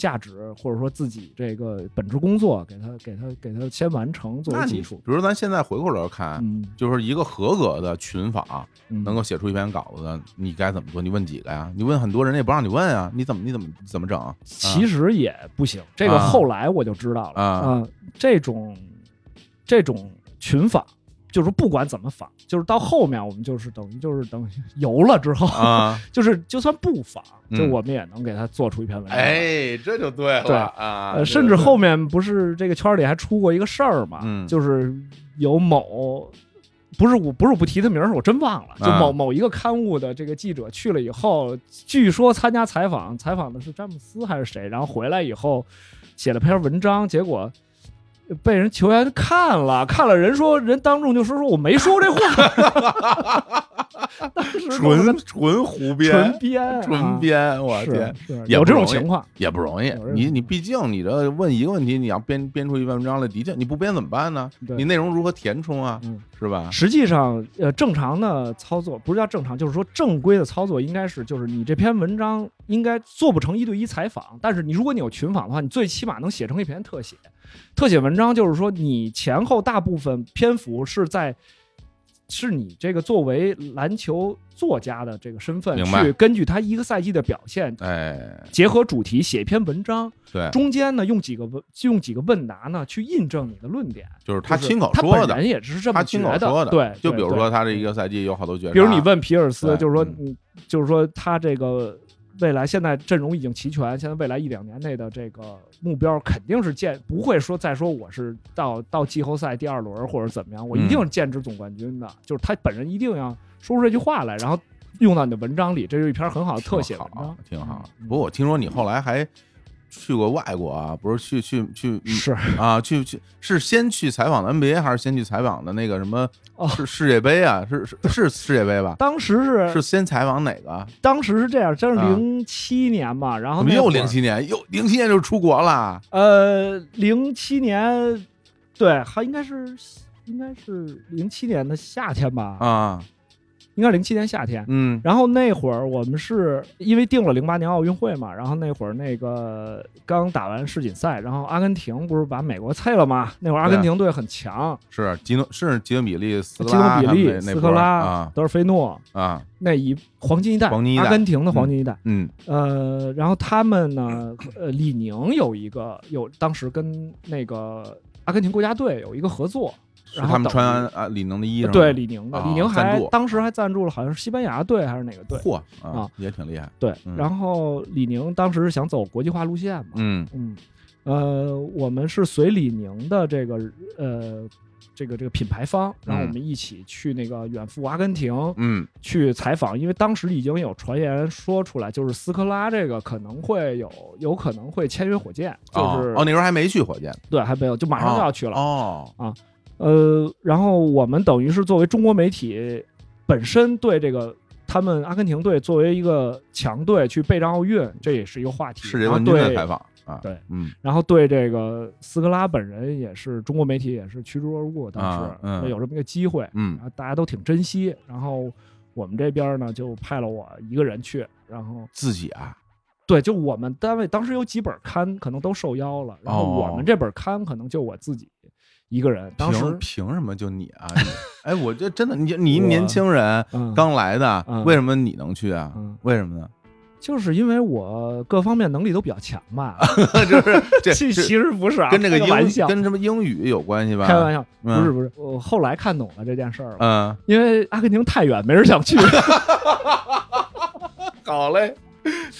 C: 价值或者说自己这个本职工作，给他给他给他先完成作
A: 那
C: 为
A: 你啊
C: 基
A: 比
C: 础，
A: 如咱现在回过头看，
C: 嗯，
A: 就是一个合格的群访，
C: 嗯
A: 能够写出一篇稿子的，你该怎么做？你问几个呀？你问很多人也不让你问啊，你怎么你怎么你怎么 整啊？
C: 其实也不行。这个
A: 啊
C: 后来我就知道了
A: 啊
C: 嗯这种这种群访，就是不管怎么访，就是到后面我们就是等于就是等于 游了之后，
A: 啊，
C: 就是就算不访，
A: 嗯
C: 就我们也能给他做出一篇文章来。
A: 哎，这就对
C: 对
A: 了啊，
C: 呃，甚至后面不是这个圈里还出过一个事儿嘛，
A: 嗯
C: 就是有某。不是我，不是我不提他名儿，我真忘了。就
A: 啊
C: 某某一个刊物的这个记者去了以后，据说参加采访，采访的是詹姆斯还是谁，然后回来以后写了篇文章，结果被人球员看了， 看了人说人当众就说说我没说这话， 当时都是
A: 纯纯胡编
C: 纯，编
A: 纯，编，我
C: 啊是
A: 天，
C: 是
A: 也
C: 有
A: 不
C: 这种
A: 容易
C: 情况，
A: 也不容易
C: 有。人
A: 你你毕竟你这问一个问题，你要编编出一篇文章来，的确你不编怎么办呢？
C: 对
A: 你内容如何填充啊？
C: 嗯。
A: 是吧？
C: 实际上，呃，正常的操作不是叫正常，就是说正规的操作应该是，就是你这篇文章应该做不成一对一采访，但是你如果你有群访的话，你最起码能写成一篇特写。特写文章就是说，你前后大部分篇幅是在， 是你这个作为篮球作家的这个身份
A: 明白
C: 去根据他一个赛季的表现，
A: 哎，
C: 结合主题写一篇文章，
A: 对，
C: 中间呢用几个问用几个问答呢去印证你的论点。
A: 就是他
C: 就是
A: 亲口说
C: 他本
A: 的，
C: 人也是这么
A: 他亲口
C: 觉得
A: 说的。
C: 对，
A: 就
C: 对
A: 比如说
C: 对
A: 他这一个赛季有好多绝杀，
C: 比如你问皮尔斯
A: 对，
C: 就是说，
A: 嗯
C: 嗯，就是说他这个未来现在阵容已经齐全，现在未来一两年内的这个目标肯定是见不会说再说我是到到季后赛第二轮或者怎么样，我
A: 嗯
C: 一定是剑指总冠军的，就是他本人一定要说出这句话来，然后用到你的文章里，这是一篇很好的特写文
A: 好
C: 章，，
A: 挺好。
C: 嗯
A: 不过我听说你后来还去过外国啊，不是去去去
C: 是
A: 啊，去去是先去采访的 NBA 还是先去采访的那个什么
C: 哦
A: 世世界杯啊？是是是世界杯吧？
C: 当时是
A: 是先采访哪个？
C: 当时是这样，这是
A: 啊
C: 零七年嘛，然后
A: 怎么
C: 哦那
A: 又
C: 会儿
A: 零七年？又零七年就出国了？
C: 呃，零七年，对，还应该是应该是零七年的夏天吧，
A: 啊，
C: 应该零七年夏天。
A: 嗯，
C: 然后那会儿我们是因为定了零八年奥运会嘛，然后那会儿那个刚打完世锦赛，然后阿根廷不是把美国菜了吗？那会儿阿根廷队很强，
A: 是吉诺，是吉诺比利、斯
C: 基
A: 科
C: 努
A: 拉
C: 比
A: 他们那
C: 利、
A: 那
C: 斯
A: 波
C: 科
A: 儿
C: 拉、
A: 啊
C: 德尔菲诺
A: 啊，
C: 那一黄金一代，
A: 黄金一代
C: 阿根廷的黄金一代。
A: 嗯
C: 呃，然后他们呢，呃，李宁有一个有当时跟那个阿根廷国家队有一个合作，
A: 是
C: 然后
A: 他们
C: 等于
A: 穿啊李宁的衣裳吗，
C: 对李宁的，
A: 啊
C: 李宁
A: 赞
C: 还
A: 助
C: 当时还赞助了好像是西班牙队还是哪个队，
A: 嚯啊
C: 啊，
A: 也挺厉害，
C: 对
A: 嗯，
C: 然后李宁当时是想走国际化路线嘛，
A: 嗯
C: 嗯，呃，我们是随李宁的这个呃这个这个品牌方，然后我们一起去那个远赴阿根廷
A: 嗯
C: 去采访，因为当时已经有传言说出来，就是斯科拉这个可能会有有可能会签约火箭，就
A: 哦
C: 是
A: 哦，那时候还没去火箭
C: 对还没有，就马上就要去了，
A: 哦，
C: 呃，然后我们等于是作为中国媒体本身对这个他们阿根廷队作为一个强队去备战奥运，这也是一个话题。
A: 世界
C: 然后
A: 冠军的
C: 对
A: 采访啊，
C: 对，
A: 嗯
C: 然后对这个斯科拉本人也是中国媒体也是趋之若鹜，当时、呃
A: 啊嗯
C: 有这么一个机会，
A: 嗯
C: 然后大家都挺珍惜。然后我们这边呢就派了我一个人去，然后
A: 自己啊，
C: 对，就我们单位当时有几本刊可能都受邀了，然后
A: 哦
C: 我们这本刊可能就我自己一个人，当时
A: 凭凭什么就你啊？你 哎，我这真的，你你一
C: 我
A: 年轻人
C: 嗯
A: 刚来的，
C: 嗯
A: 为什么你能去啊
C: 嗯？
A: 为什么呢？
C: 就是因为我各方面能力都比较强吧，
A: 啊就是这
C: 其
A: 这
C: 其实不是啊，
A: 跟这
C: 开
A: 英
C: 玩笑，
A: 跟什么英语有关系吧？
C: 开玩笑，不
A: 嗯
C: 是不是，我后来看懂了这件事儿了，
A: 嗯，
C: 因为阿根廷太远，没人想
A: 啊
C: 去，
A: 好嘞。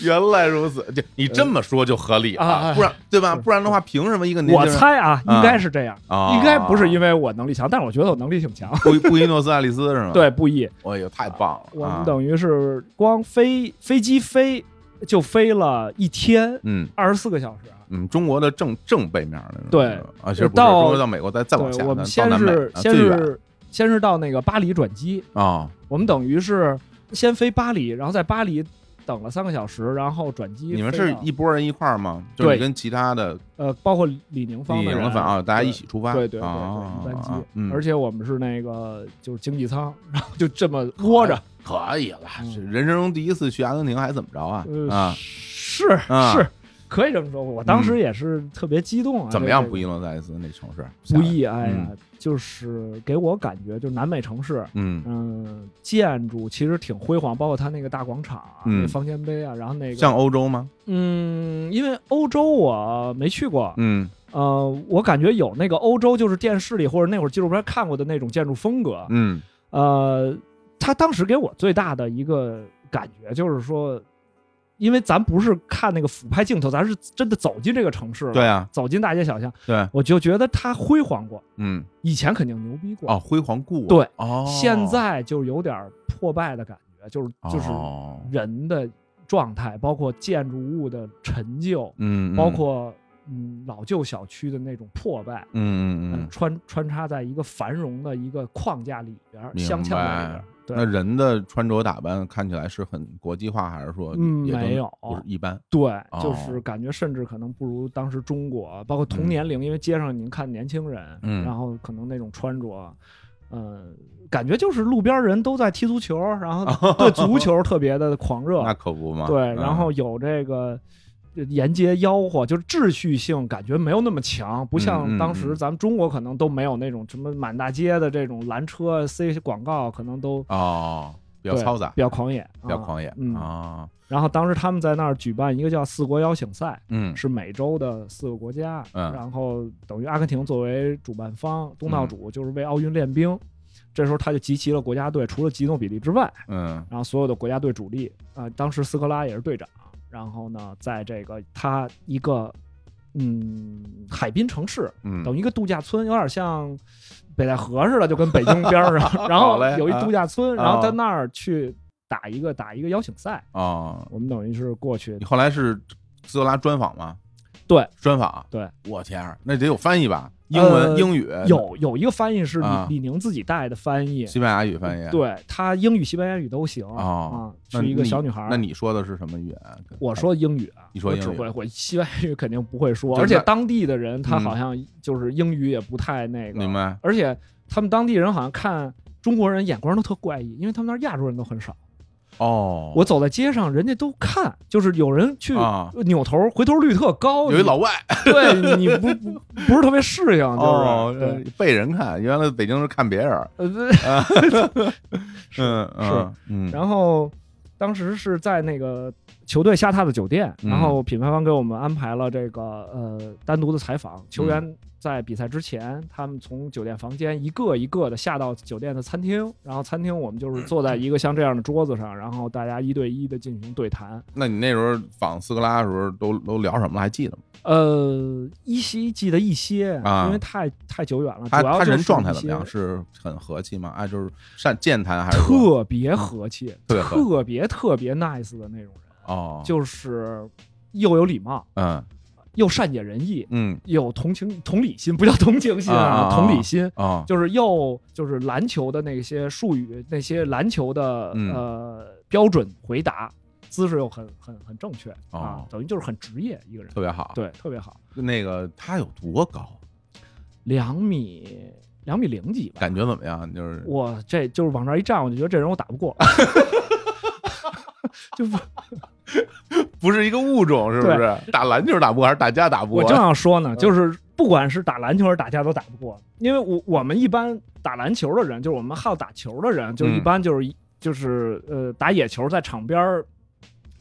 A: 原来如此，就你这么说就合理
C: 啊
A: 了，
C: 哎
A: 不然对吧？
C: 是
A: 不然的话，凭什么一个年
C: 我
A: 轻人
C: 猜啊，
A: 嗯
C: 应该是这样，
A: 啊
C: 应该不是因为我能力强，但是我觉得我能力挺强，
A: 布布宜诺斯艾利斯是吗？，
C: 对，不易，
A: 哎呦，太棒了！
C: 我
A: 啊
C: 们等于是光飞飞机飞就飞了一天
A: 嗯
C: 二十四个小时啊。
A: 嗯，中国的正正背面的
C: 对呃
A: 啊，其实不是
C: 到
A: 中国到美国再再往下，
C: 对，我
A: 到
C: 们先
A: 南美
C: 是
A: 啊
C: 先
A: 最远
C: 是先是到那个巴黎转机，
A: 啊，
C: 我们等于是先飞巴黎，然后在巴黎等了三个小时，然后转机飞到。
A: 你们是一拨人一块儿吗？就是
C: 对
A: 你跟其他的
C: 呃，包括李宁方
A: 李
C: 的
A: 宁
C: 人
A: 的反啊，大家一起出发，
C: 对。对对对，
A: 啊
C: 一班机
A: 啊，嗯，
C: 而且我们是那个就是经济舱，然后就这么
A: 啊
C: 窝着，
A: 可以了，
C: 嗯
A: 这人生中第一次去阿根廷还怎么着啊？
C: 呃，
A: 啊，
C: 是
A: 啊嗯
C: 是，可以这么说。我当时也是特别激动啊，
A: 怎么
C: 这
A: 样？
C: 个
A: 布宜诺斯艾利斯那城市
C: 不，易，哎呀
A: 嗯，
C: 就是给我感觉就是南美城市，
A: 嗯，
C: 嗯，建筑其实挺辉煌，包括它那个大广场啊，
A: 嗯
C: 那方尖碑啊，然后那个
A: 像欧洲吗？
C: 嗯，因为欧洲我没去过，
A: 嗯
C: 呃，我感觉有那个欧洲就是电视里或者那会儿纪录片看过的那种建筑风格，
A: 嗯，
C: 呃，他当时给我最大的一个感觉就是说，因为咱不是看那个俯拍镜头，咱是真的走进这个城市了，
A: 对，啊，
C: 走进大街小巷，
A: 对，
C: 我就觉得它辉煌过，
A: 嗯，
C: 以前肯定牛逼过，
A: 哦，辉煌故
C: 对，
A: 哦，
C: 现在就有点破败的感觉，就是就是
A: 哦
C: 人的状态，包括建筑物的陈旧，
A: 嗯，嗯
C: 包括嗯老旧小区的那种破败，
A: 嗯嗯
C: 嗯
A: 嗯，，
C: 穿穿插在一个繁荣的一个框架里边儿，
A: 明
C: 镶嵌在里边
A: 白
C: 儿。
A: 那
C: 对，
A: 人的穿着打扮看起来是很国际化，还是说
C: 嗯
A: 也都
C: 没有
A: 不是一般？
C: 对，
A: 哦
C: 就是感觉甚至可能不如当时中国，包括同
A: 嗯
C: 年龄，因为街上您看年轻人，
A: 嗯
C: 然后可能那种穿着，嗯，感觉就是路边人都在踢足球，然 后对足球特别的狂热，
A: 那可不嘛。
C: 对，
A: 嗯
C: 然后有这个呃沿街吆喝，就是秩序性感觉没有那么强，不
A: 嗯嗯
C: 像当时
A: 嗯
C: 咱们中国可能都没有那种什么满大街的这种拦车塞广告，可能都
A: 哦，比较
C: 对
A: 嘈杂，
C: 比较狂野，
A: 比较
C: 啊
A: 狂野
C: 嗯
A: 啊，
C: 然后当时他们在那儿举办一个叫四国邀请赛。
A: 嗯
C: 是美洲的四个国家，
A: 嗯
C: 然后等于阿根廷作为主办方，东道主就是为奥运练兵。这时候他就集齐了国家队，除了吉诺比利之外，
A: 嗯
C: 然后所有的国家队主力啊、呃当时斯科拉也是队长。然后呢，在这个他一个嗯海滨城市，
A: 嗯，
C: 等于一个度假村，有点像北戴河似的，就跟北京边 儿上。然后
A: 嘞
C: 有一
A: 啊
C: 度假村，然
A: 啊
C: 后在那儿去打一个打一个邀请赛。
A: 哦，
C: 我们等于是过去
A: 你，后来是斯特拉专访吗？
C: 对，
A: 专访。
C: 对，
A: 我天儿，那得有翻译吧？英文、
C: 呃
A: 英语，
C: 有有一个翻译是李、
A: 啊
C: 李宁自己带的翻译，
A: 西班牙语翻译。，
C: 对他英语、西班牙语都行、
A: 哦
C: 啊，
A: 那
C: 是一个
A: 你
C: 小女孩儿。
A: 那你说的是什么语言？
C: 我说英语啊，
A: 你说
C: 我
A: 英
C: 只
A: 语
C: 会会西班牙语肯定不会说，
A: 就是
C: 而
A: 那
C: 且当地的人他
A: 嗯
C: 好像就是英语也不太那个，
A: 明白？
C: 而且他们当地人好像看中国人眼光都特怪异，因为他们那儿亚洲人都很少。
A: 哦，
C: 我走在街上，人家都看，就是有人去
A: 啊
C: 扭头，回头率特高。
A: 有一
C: 你
A: 老外，
C: 对你不不不是特 别适应，
A: 哦
C: 就是，对，
A: 被人看，原来北京是看别人。
C: 呃对是
A: 嗯嗯嗯，
C: 然后当时是在那个球队下榻的酒店，
A: 嗯
C: 然后品牌方给我们安排了这个呃单独的采访。球
A: 嗯
C: 员在比赛之前，他们从酒店房间一个一个的下到酒店的餐厅，然后餐厅我们就是 坐在一个像这样的桌子上，然后大家一对一的进行对谈。
A: 那你那时候访斯科拉的时候都都聊什么了？还记得吗？
C: 呃，依稀记得一些，
A: 啊
C: 因为太太久远了。
A: 他
C: 主要
A: 他
C: 就是
A: 人状态怎么
C: 一
A: 样？
C: 些
A: 是很和气吗？啊，就是善健谈还是说嗯
C: 特别和气，
A: 特别和
C: 特别特别 nice 的那种人，
A: 哦，
C: 就是又有礼貌，
A: 嗯
C: 又善解人意，
A: 嗯
C: 有同情同理心，不叫同情心
A: 啊啊啊
C: 同理心
A: 哦，
C: 就是又就是篮球的那些术语，那些篮球的、
A: 嗯
C: 呃标准回答，姿势又很很很正确、
A: 哦
C: 啊，等于就是很职业一个人，
A: 特别好。
C: 对，特别好，
A: 那个他有多高？
C: 两米两米零几吧，
A: 感觉怎么样？就是
C: 我这就是往这儿一站，我就觉得这人我打不过，就不
A: 不是一个物种，是不是？打篮球打不过还是打架打不过？哎
C: 我正要说
A: 嗯
C: 呢，就是不管是打篮球还是打架都打不过，因为我我们一般打篮球的人，就是我们好打球的人，就
A: 嗯
C: 一般就是一、就是呃打野球，在场边儿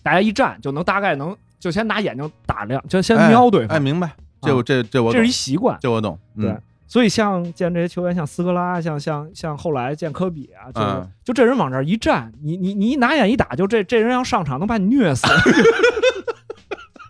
C: 大家一站就能大概能就先拿眼睛打量，就先
A: 哎
C: 瞄对方，啊
A: 哎，明白？这我这这我
C: 这
A: 懂
C: 是一，习惯。
A: 这我懂。嗯
C: 对，所以像见这些球员，像斯科拉，像像像后来见科比啊，就是、
A: 嗯
C: 就这人往这儿一站，你你你一拿眼一打，就这这人要上场能把你虐死。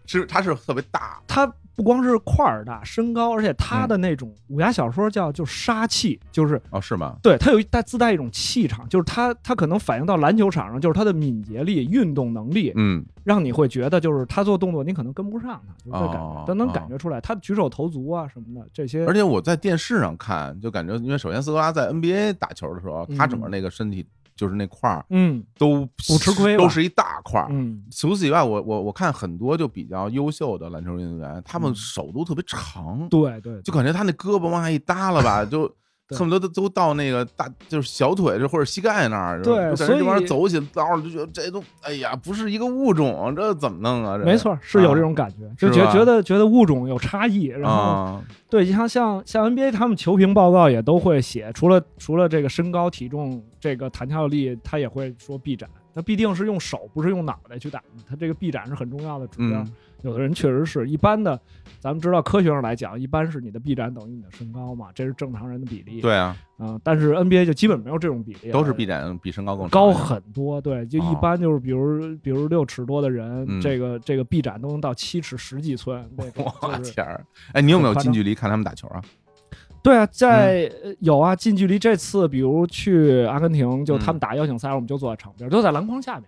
A: 是他是特别大，
C: 他不光是块儿大、身高，而且他
A: 嗯
C: 的那种武侠小说叫就杀气，就是
A: 哦，是吗？
C: 对他有一带自带一种气场，就是他他可能反映到篮球场上，就是他的敏捷力、运动能力，
A: 嗯，
C: 让你会觉得就是他做动作你可能跟不上他，就是这感
A: 哦
C: 觉，都能
A: 哦
C: 感觉出来。他举手投足啊什么的这些
A: 而，且我在电视上看，就感觉，因为首先斯科拉在 NBA 打球的时候，他整个那个身体就是那块儿
C: 嗯
A: 都
C: 不吃亏吧
A: 都是一大块儿。
C: 嗯
A: 除此以外，我我我看很多就比较优秀的篮球运动员，他们
C: 嗯
A: 手都特别长，
C: 对对，
A: 就感觉他那胳膊往下一耷拉吧，就
C: 对
A: 恨不得都都到那个大就是小腿这或者膝盖那儿，
C: 对
A: 就感
C: 所
A: 觉
C: 以
A: 这玩意儿走起来道就觉得这都哎呀不是一个物种，这怎么弄啊？这
C: 没错，是有这种感觉，就是觉
A: 吧
C: 觉得觉得物种有差异，然后
A: 啊，
C: 对，像像像 NBA 他们球评报告也都会写，除了除了这个身高、体重、这个弹跳力，他也会说臂展。他必定是用手，不是用脑袋去打的。他这个臂展是很重要的指标。
A: 嗯
C: 有的人确实是一般的，咱们知道科学上来讲，一般是你的臂展等于你的身高嘛，这是正常人的比例。，
A: 对啊，
C: 嗯、但是 NBA 就基本没有这种比例了，
A: 都是臂展比身高更
C: 高
A: 长
C: 很多。对，就一
A: 哦
C: 般就是比如、比如六尺多的人，
A: 嗯
C: 这个这个臂展都能到七尺十几寸那种。
A: 我
C: 就是
A: 天儿！哎，你有没有
C: 很夸
A: 近
C: 张
A: 距离看他们打球啊？
C: 对啊，在、呃有啊，近距离这次，比如去阿根廷，就
A: 嗯
C: 他们打邀请赛，我们就坐在场边，就在篮筐下面。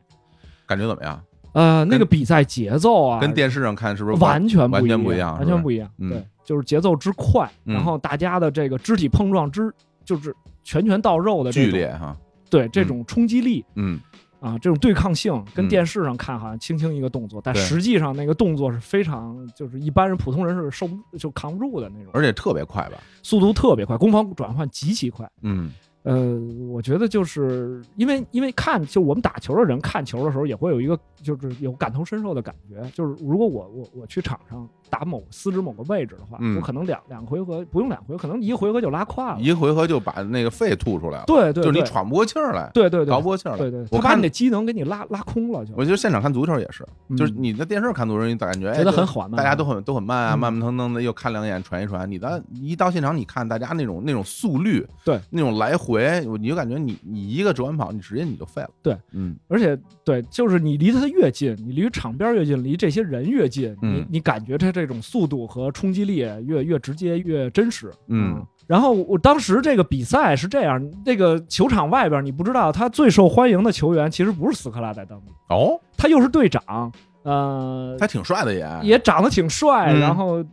A: 感觉怎么样？
C: 呃，那
A: 跟
C: 个比赛节奏啊，
A: 跟电视上看是不是
C: 完全
A: 完全
C: 不
A: 不
C: 一
A: 一样
C: 完
A: 是
C: 全
A: 吧
C: 不一样。
A: 嗯
C: 对，就是节奏之快，
A: 嗯
C: 然后大家的这个肢体碰撞之就是拳拳到肉的这
A: 剧
C: 种，
A: 烈哈？
C: 对这种冲击力
A: 嗯，
C: 啊，这种对抗性，跟
A: 嗯
C: 电视上看好像轻轻一个动作，但
A: 对
C: 实际上那个动作是非常就是一般人普通人是受不就扛不住的那种，
A: 而且特别快吧？
C: 速度特别快，攻防转换极其快。
A: 嗯
C: 呃，我觉得就是因为因为看，就我们打球的人看球的时候也会有一个就是有感同身受的感觉，就是如果我我我去场上打某司职某个位置的话，
A: 嗯
C: 我可能两两回合不用两回合，可能一回合就拉胯了。
A: 一回合就把那个肺吐出来了，
C: 对对，
A: 就是你
C: 对
A: 喘不过气儿来，
C: 对对对，
A: 倒不过气儿来。
C: 对对，
A: 我
C: 他把
A: 看
C: 你的机能给你拉拉空了就，
A: 我觉得现场看足球也是，就是
C: 嗯
A: 你在电视上看足球，你感觉哎
C: 觉得
A: 就
C: 很缓慢，
A: 大家都很都很慢啊，
C: 嗯
A: 慢慢腾腾的又看两眼传一传。你到一到现场，你看大家那种那种速率，
C: 对
A: 那种来回，我你就感觉你你一个折弯跑，你直接你就废了。
C: 对，
A: 嗯，
C: 而且对，就是你离他越近，你离场边越近，离这些人越近，
A: 嗯
C: 你你感觉他这种速度和冲击力越越直接越真实。
A: 嗯
C: 然后我当时这个比赛是这样，那个球场外边你不知道，他最受欢迎的球员其实不是斯科拉在当比，
A: 哦，
C: 他又是队长，呃，
A: 他挺帅的也，
C: 也长得挺帅，
A: 嗯
C: 然后，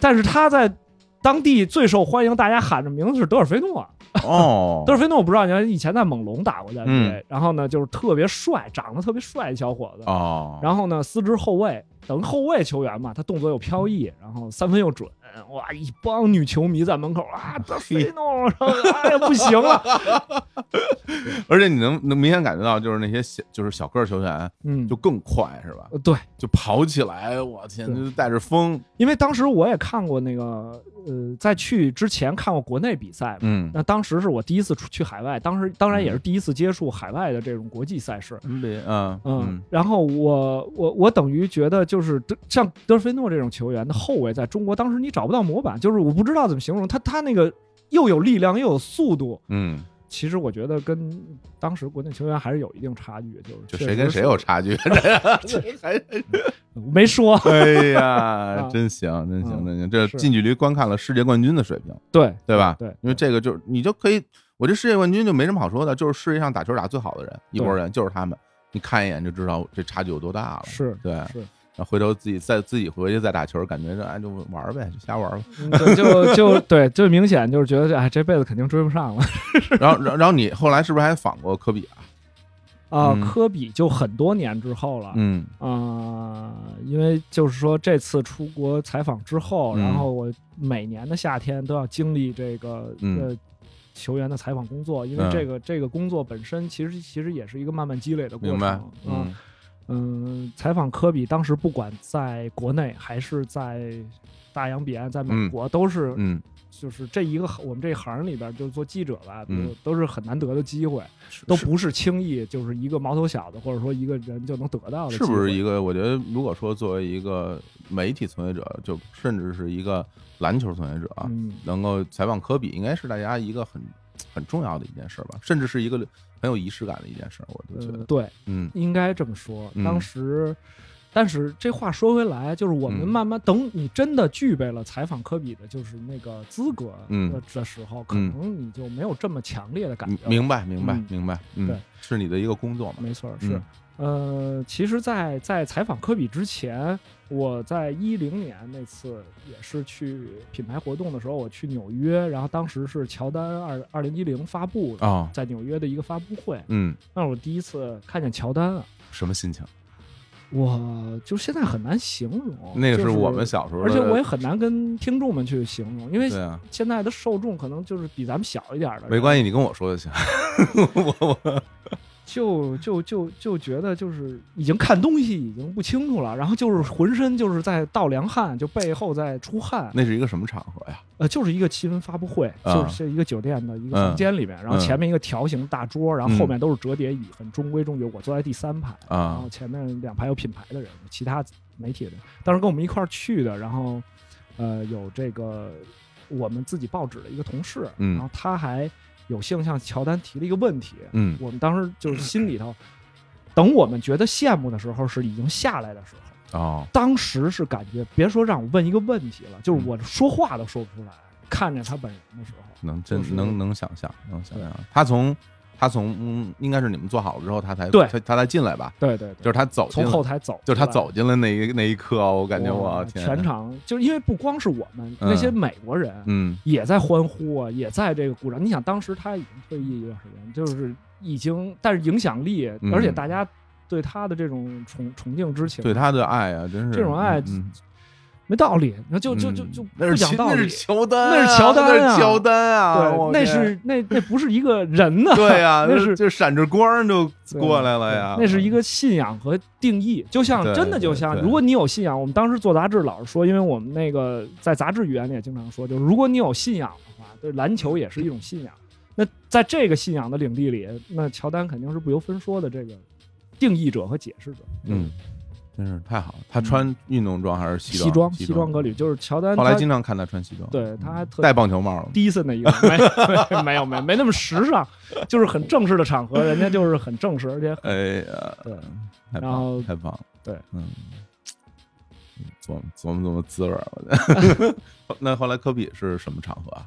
C: 但是他在当地最受欢迎，大家喊着名字是德尔菲诺。
A: 哦
C: 德，尔菲诺我不知道，你以前在猛龙打过的，
A: 嗯
C: 然后呢就是特别帅，长得特别帅的小伙子，
A: 哦，
C: 然后呢司职后卫，等于后卫球员嘛，他动作又飘逸，然后三分又准，哇，一帮女球迷在门口啊，德尔菲诺，然后哎呀不行了，
A: 而且你能能明显感觉到，就是那些小就是小个儿球员
C: 嗯，
A: 就更快是吧？
C: 呃对，
A: 就跑起来，我天，
C: 对
A: 就带着风，
C: 因为当时我也看过那个呃，在去之前看过国内比赛嘛。
A: 嗯，
C: 那当时是我第一次出去海外，当时当然也是第一次接触海外的这种国际赛事，
A: 嗯
C: 嗯
A: 嗯，，
C: 然后我我我等于觉得就是德像德尔菲诺这种球员的后卫，在中国当时你找不到模板，就是我不知道怎么形容他，他那个又有力量又有速度，
A: 嗯，
C: 其实我觉得跟当时国内球员还是有一定差距，就是
A: 就
C: 确
A: 谁
C: 实
A: 跟谁有差距？还
C: 是没说
A: 哎呀，真行，真行，
C: 啊嗯
A: 真行！这
C: 是
A: 近距离观看了世界冠军的水平，
C: 对
A: 对吧？
C: 对
A: 因为这个就是你就可以，我这世界冠军就没什么好说的，就是世界上打球打最好的人，一拨人就是他们，你看一眼就知道这差距有多大了。
C: 是
A: 对，
C: 是
A: 然后回头自己再自己回去再打球，感觉这哎就玩呗，就瞎玩吧。
C: 嗯对就就对，就明显就是觉得哎这辈子肯定追不上了
A: 然后，然后然后你后来是不是还访过科比啊？
C: 啊
A: 嗯。
C: 科比就很多年之后了，
A: 嗯
C: 啊、因为就是说这次出国采访之后，
A: 嗯
C: 然后我每年的夏天都要经历这个、
A: 嗯
C: 呃球员的采访工作，因为
A: 嗯
C: 这个、这个工作本身其实其实也是一个慢慢积累的过
A: 明
C: 程。
A: 白。
C: 嗯嗯采访科比当时不管在国内还是在大洋彼岸，在美
A: 嗯
C: 国、都是
A: 嗯，
C: 就是这一个行我们这行里边就是做记者吧，
A: 嗯
C: 都都是很难得的机会，
A: 是
C: 都
A: 是
C: 不是轻易就是一个毛头小子或者说一个人就能得到的机
A: 是
C: 会。
A: 不是一个？我觉得，如果说作为一个媒体从业者，就甚至是一个篮球从业者啊，
C: 嗯。
A: 能够采访科比，应该是大家一个很很重要的一件事吧，甚至是一个很有仪式感的一件事，我都觉
C: 呃
A: 得，，
C: 对，
A: 嗯
C: 应该这么说。
A: 嗯
C: 当时，但是这话说回来，就是我们
A: 嗯
C: 慢慢等你真的具备了采访科比的，就是那个资格
A: 嗯
C: 的的时候，可能你就没有这么强烈的感
A: 嗯
C: 觉了。
A: 明白明白
C: 嗯
A: 明白，嗯
C: 对，
A: 是你的一个工作嘛，
C: 没错，是。呃，其实在，在采访科比之前，我在一零年那次也是去品牌活动的时候，我去纽约，然后当时是乔丹二二零一零发布的，
A: 啊，
C: 在纽约的一个发布会，
A: 嗯，
C: 那是我第一次看见乔丹啊，
A: 什么心情？
C: 我就现在很难形容，
A: 那个
C: 就是
A: 我们小时候的，
C: 而且我也很难跟听众们去形容，因为
A: 对啊，
C: 现在的受众可能就是比咱们小一点的，
A: 没关系，你跟我说就行， 我我
C: 就就就就觉得就是已经看东西已经不清楚了，然后就是浑身就是在倒凉汗，就背后在出汗，
A: 那是一个什么场合呀？
C: 呃，就是一个新闻发布会，
A: 啊嗯
C: 就是是一个酒店的一个房间里面，然后前面一个条形大桌，然后后面都是折叠椅，很中规中矩，我坐在第三排。然
A: 啊
C: 后，前面两排有品牌的人，其他媒体的，当时跟我们一块儿去的，然后呃有这个我们自己报纸的一个同事，
A: 嗯
C: 然后他还有幸向乔丹提了一个问题，
A: 嗯
C: 我们当时就是心里头，等我们觉得羡慕的时候是已经下来的时候，
A: 哦，
C: 当时是感觉别说让我问一个问题了，就是
A: 嗯
C: 我说话都说不出来，看见他本人的时候，
A: 能
C: 就是
A: 真能能想象，能想象，他从他从、嗯应该是你们做好了之后，他才
C: 对
A: 他他才进来吧？
C: 对对
A: 就是
C: 对，
A: 他走进
C: 从
A: 来，
C: 后台走出来，
A: 就是他走进来那一那一刻，哦我感觉
C: 哇
A: 我天，
C: 全场就是因为不光是我们
A: 嗯
C: 那些美国人
A: 嗯
C: 也在欢呼啊，也在这个鼓掌。你想当时他已经退役一段时间，就是已经，但是影响力
A: 嗯，
C: 而且大家对他的这种崇崇敬之情，
A: 对他的爱啊，真是
C: 这种爱
A: 嗯
C: 没道理，那就就
A: 嗯
C: 就就
A: 那
C: 不
A: 是
C: 讲
A: 乔
C: 道
A: 那
C: 理
A: 是。乔丹啊，
C: 那是乔丹
A: 那
C: 啊
A: 是乔丹啊，
C: 对
A: 我，
C: 那
A: 天
C: 是那那不是一个人呢，
A: 对啊呀，
C: 那是
A: 就闪着光儿就过来了呀，
C: 那是一个信仰和定义，就像
A: 啊嗯对
C: 真的就像
A: 对，对
C: 如果你有信仰，我们当时做杂志老是说，因为我们那个在杂志语言里也经常说，就是如果你有信仰的话，对篮球也是一种信仰。那在这个信仰的领地里，那乔丹肯定是不由分说的这个定义者和解释者。
A: 嗯，真是太好了。他穿运动装还是西
C: 嗯西装
A: 西
C: 西装革履，就是乔丹。
A: 后来
C: 他
A: 经常看他穿西装，嗯
C: 对他还特
A: 戴棒球帽了。
C: 低森的一个，没 没有没有没那么时尚，就是很正式的场合，人家就是很正式，而且很
A: 哎呀，
C: 对。
A: 太
C: 然
A: 棒
C: 后
A: 了，太棒了。
C: 对，
A: 嗯，琢磨琢磨琢磨滋味儿，啊我觉 得。那后来科比是什么场合啊？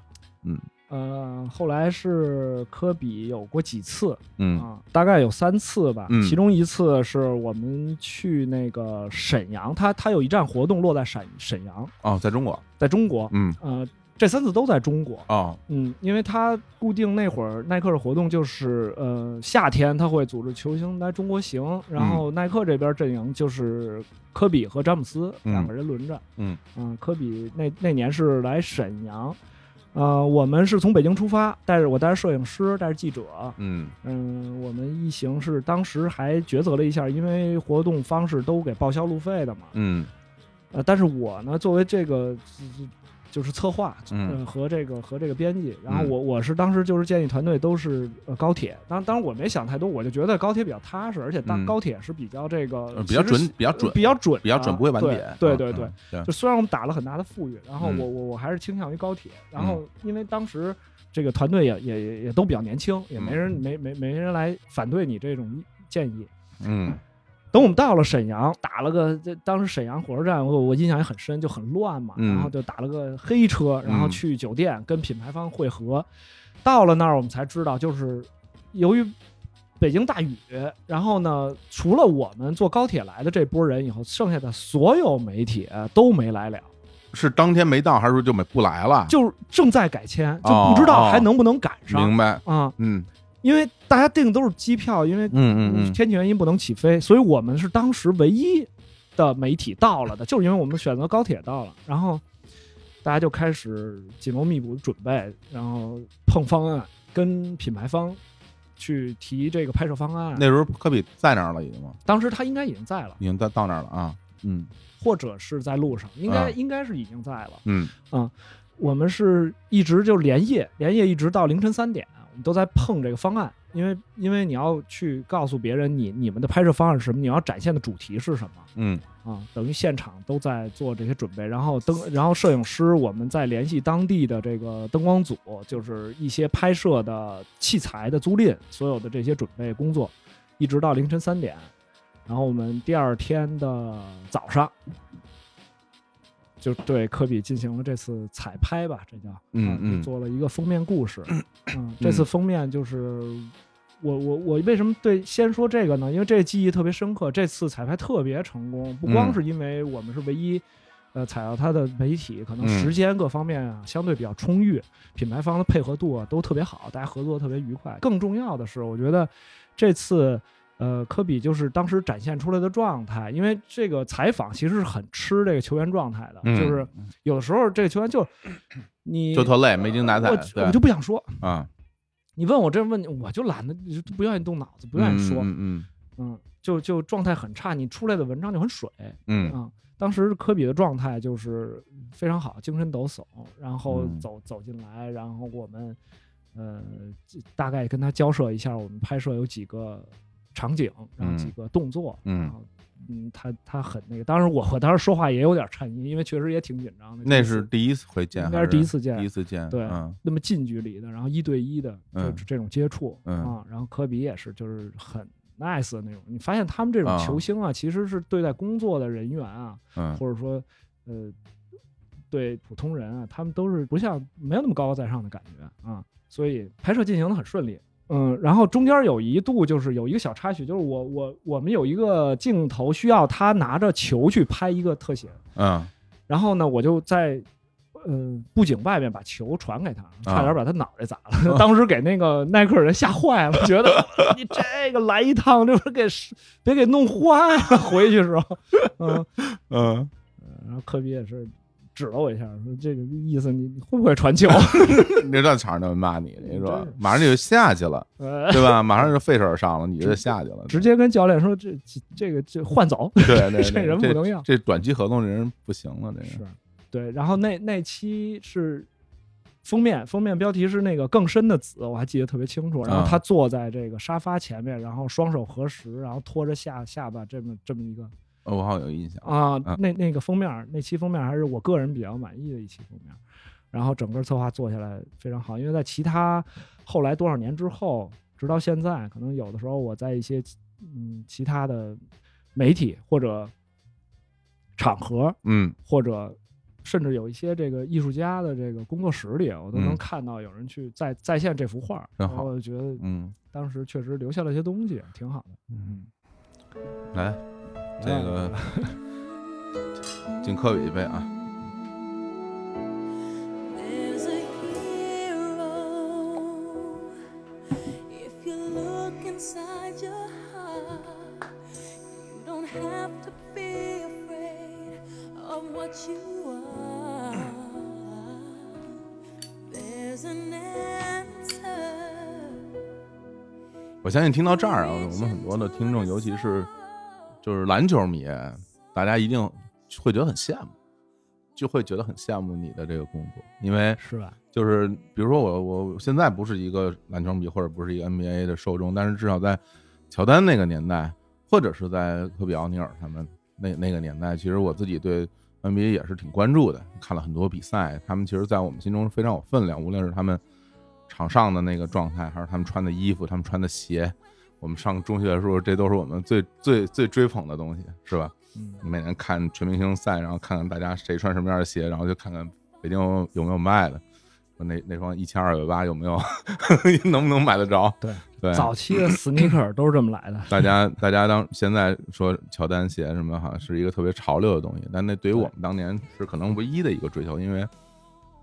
C: 呃，后来是科比有过几次，
A: 嗯
C: 啊，大概有三次吧，
A: 嗯
C: 其中一次是我们去那个沈阳，他他有一站活动落在沈沈阳，
A: 哦，在中国，
C: 在中国，
A: 嗯
C: 呃，这三次都在中国，
A: 哦，
C: 嗯，因为他固定那会儿耐克的活动就是，呃，夏天他会组织球星来中国行，然
A: 嗯
C: 后耐克这边阵营就是科比和詹姆斯
A: 嗯
C: 两个人轮着，
A: 嗯
C: 科比那那年是来沈阳。呃，我们是从北京出发，带着我带着摄影师，带着记者，
A: 嗯
C: 嗯，我们一行是当时还抉择了一下，因为活动方式都给报销路费的嘛。
A: 嗯
C: 呃，但是我呢，作为这个呃就是策划，
A: 嗯
C: 呃和这个和这个编辑，然后
A: 嗯
C: 我我是当时就是建议团队都是呃高铁，当当然我没想太多，我就觉得高铁比较踏实，而且
A: 嗯
C: 当高铁是比较这个
A: 呃比较准
C: 其实
A: 比较准
C: 比较准
A: 比较
C: 的
A: 准，不会晚
C: 对
A: 点。
C: 对
A: 嗯
C: 对对，，
A: 嗯
C: 就虽然我们打了很大的富裕，然后
A: 嗯
C: 我我我还是倾向于高铁，然后因为当时这个团队也也也也都比较年轻，也没人没没没人来反对你这种建议。
A: 嗯
C: 等我们到了沈阳，打了个这当时沈阳火车站，我我印象也很深，就很乱嘛，
A: 嗯
C: 然后就打了个黑车，然后
A: 嗯
C: 去酒店跟品牌方会合。到了那儿，我们才知道，就是由于北京大雨，然后呢，除了我们坐高铁来的这波人以后，剩下的所有媒体都没来了。
A: 是当天没到，还是说就没不来了？
C: 就是正在改签，就
A: 哦
C: 不知道还能不能赶上
A: 明白，
C: 啊、
A: 嗯
C: 因为大家订的都是机票，因为
A: 嗯嗯嗯，
C: 天气原因不能起飞，所以我们是当时唯一的媒体到了的，就是因为我们选择高铁到了，然后大家就开始紧锣密鼓地准备，然后碰方案，跟品牌方去提这个拍摄方案。
A: 那时候科比在那儿了已经吗？
C: 当时他应该已经在了，
A: 已经到到那儿了啊，嗯
C: 或者是在路上，应该、
A: 啊
C: 应该是已经在了。啊
A: 嗯
C: 我们是一直就连夜连夜一直到凌晨三点，我们都在碰这个方案，因为因为你要去告诉别人你你们的拍摄方案是什么，你要展现的主题是什么
A: 嗯
C: 啊，等于现场都在做这些准备，然后灯，然后摄影师我们再联系当地的这个灯光组，就是一些拍摄的器材的租赁，所有的这些准备工作，一直到凌晨三点，然后我们第二天的早上。就对科比进行了这次彩拍吧，这叫
A: 嗯
C: 啊
A: 嗯
C: 做了一个封面 故事。嗯，这次封面就是我我我为什么对先说这个呢？因为这记忆特别深刻，这次彩排特别成功，不光
A: 嗯
C: 是因为我们是唯一。呃，采到它的媒体可能
A: 嗯
C: 时间各方面啊、相对比较充裕，品牌方的配合度啊都特别好，大家合作特别愉快。更重要的是，我觉得这次呃科比就是当时展现出来的状态，因为这个采访其实是很吃这个球员状态的，
A: 嗯
C: 就是有的时候这个球员就你
A: 就特累，没精打采，
C: 我
A: 对
C: 我就不想说，
A: 啊，
C: 你问我这问题，我就懒得，就不愿意动脑子，不愿意说，嗯
A: 嗯
C: 就就状态很差，你出来的文章就很水
A: 嗯嗯
C: 啊。当时科比的状态就是非常好，精神抖擞，然后
A: 嗯
C: 走、走进来，然后我们呃这大概跟他交涉一下，我们拍摄有几个场景，然后
A: 嗯
C: 几个动作，然
A: 嗯，
C: 后嗯，他他很那个，当时我我当时说话也有点颤音，因为确实也挺紧张的。
A: 那
C: 第一次
A: 是第一次回见，
C: 应该
A: 还
C: 是第一次见
A: 第一次见，
C: 对
A: 嗯
C: 那么近距离的，然后一对一的
A: 嗯
C: 这这种接触、
A: 嗯
C: 啊，然后科比也是就是很 nice 的那种。你发现他们这
A: 啊
C: 种球星啊，其实是对待工作的人员啊，
A: 嗯，
C: 或者说呃对普通人啊，他们都是不像没有那么高高在上的感觉啊，所以拍摄进行的很顺利。嗯，然后中间有一度就是有一个小插曲，就是我我我们有一个镜头需要他拿着球去拍一个特写，
A: 嗯
C: 然后呢，我就在嗯、布景外面把球传给他，差点把他脑袋砸了。 当时给那个耐克人吓坏了，觉得你这个来一趟，这不是给别给弄坏了。回去时候，嗯，
A: 嗯，
C: 然后科比也是指了我一下，说这个意思你你会不会传球？
A: 你这场上那么骂你，你
C: 真
A: 说
C: 是
A: 马上你就下去了，
C: 呃，
A: 对吧？马上就费事儿上了，你就下去了，
C: 直接跟教练说这这这个这换走。
A: 对对对，
C: 这人不能要
A: 这短期合同这人不行了，这
C: 是，对。然后那那期是封面，封面标题是那个更深的紫，我还记得特别清楚。然后
A: 啊
C: 他坐在这个沙发前面，然后双手合十，然后拖着下下巴，这么这么一个
A: 呃我好像有印象，
C: 啊
A: 啊，
C: 那那个封面，那期封面还是我个人比较满意的一期封面。然后整个策划做下来非常好，因为在其他后来多少年之后，直到现在，可能有的时候我在一些嗯其他的媒体或者场合，
A: 嗯
C: 或者甚至有一些这个艺术家的这个工作室里，我都能
A: 嗯
C: 看到有人去再再现这幅画儿，
A: 真
C: 然
A: 好
C: 后我就觉得
A: 嗯
C: 当时确实留下了一些东西，挺好的。
A: 嗯，
C: 嗯
A: 来嗯这个敬科比一杯啊，
D: There's a hero if you look inside your heart. You don't have to be afraid of what you are. There's an answer.
A: 我相信听到这儿啊，我们很多的听众，尤其是就是篮球迷，大家一定会觉得很羡慕，就会觉得很羡慕你的这个工作，因为
C: 是吧？
A: 就是比如说我我现在不是一个篮球迷或者不是一个 NBA 的受众，但是至少在乔丹那个年代，或者是在科比奥尼尔他们那那个年代，其实我自己对 NBA 也是挺关注的，看了很多比赛，他们其实，在我们心中是非常有分量，无论是他们场上的那个状态，还是他们穿的衣服、他们穿的鞋。我们上中学的时候，这都是我们最最最追捧的东西，是吧？
C: 嗯，
A: 每年看全明星赛，然后看看大家谁穿什么样的鞋，然后就看看北京有有没有卖的，说那那双一千二百八有没有， 能不能买得着？
C: 对
A: 对，
C: 早期的 sneaker 都是这么来 的。
A: 大家大家当现在说乔丹鞋什么，好像是一个特别潮流的东西，但那对于我们当年是可能唯一的一个追求，因为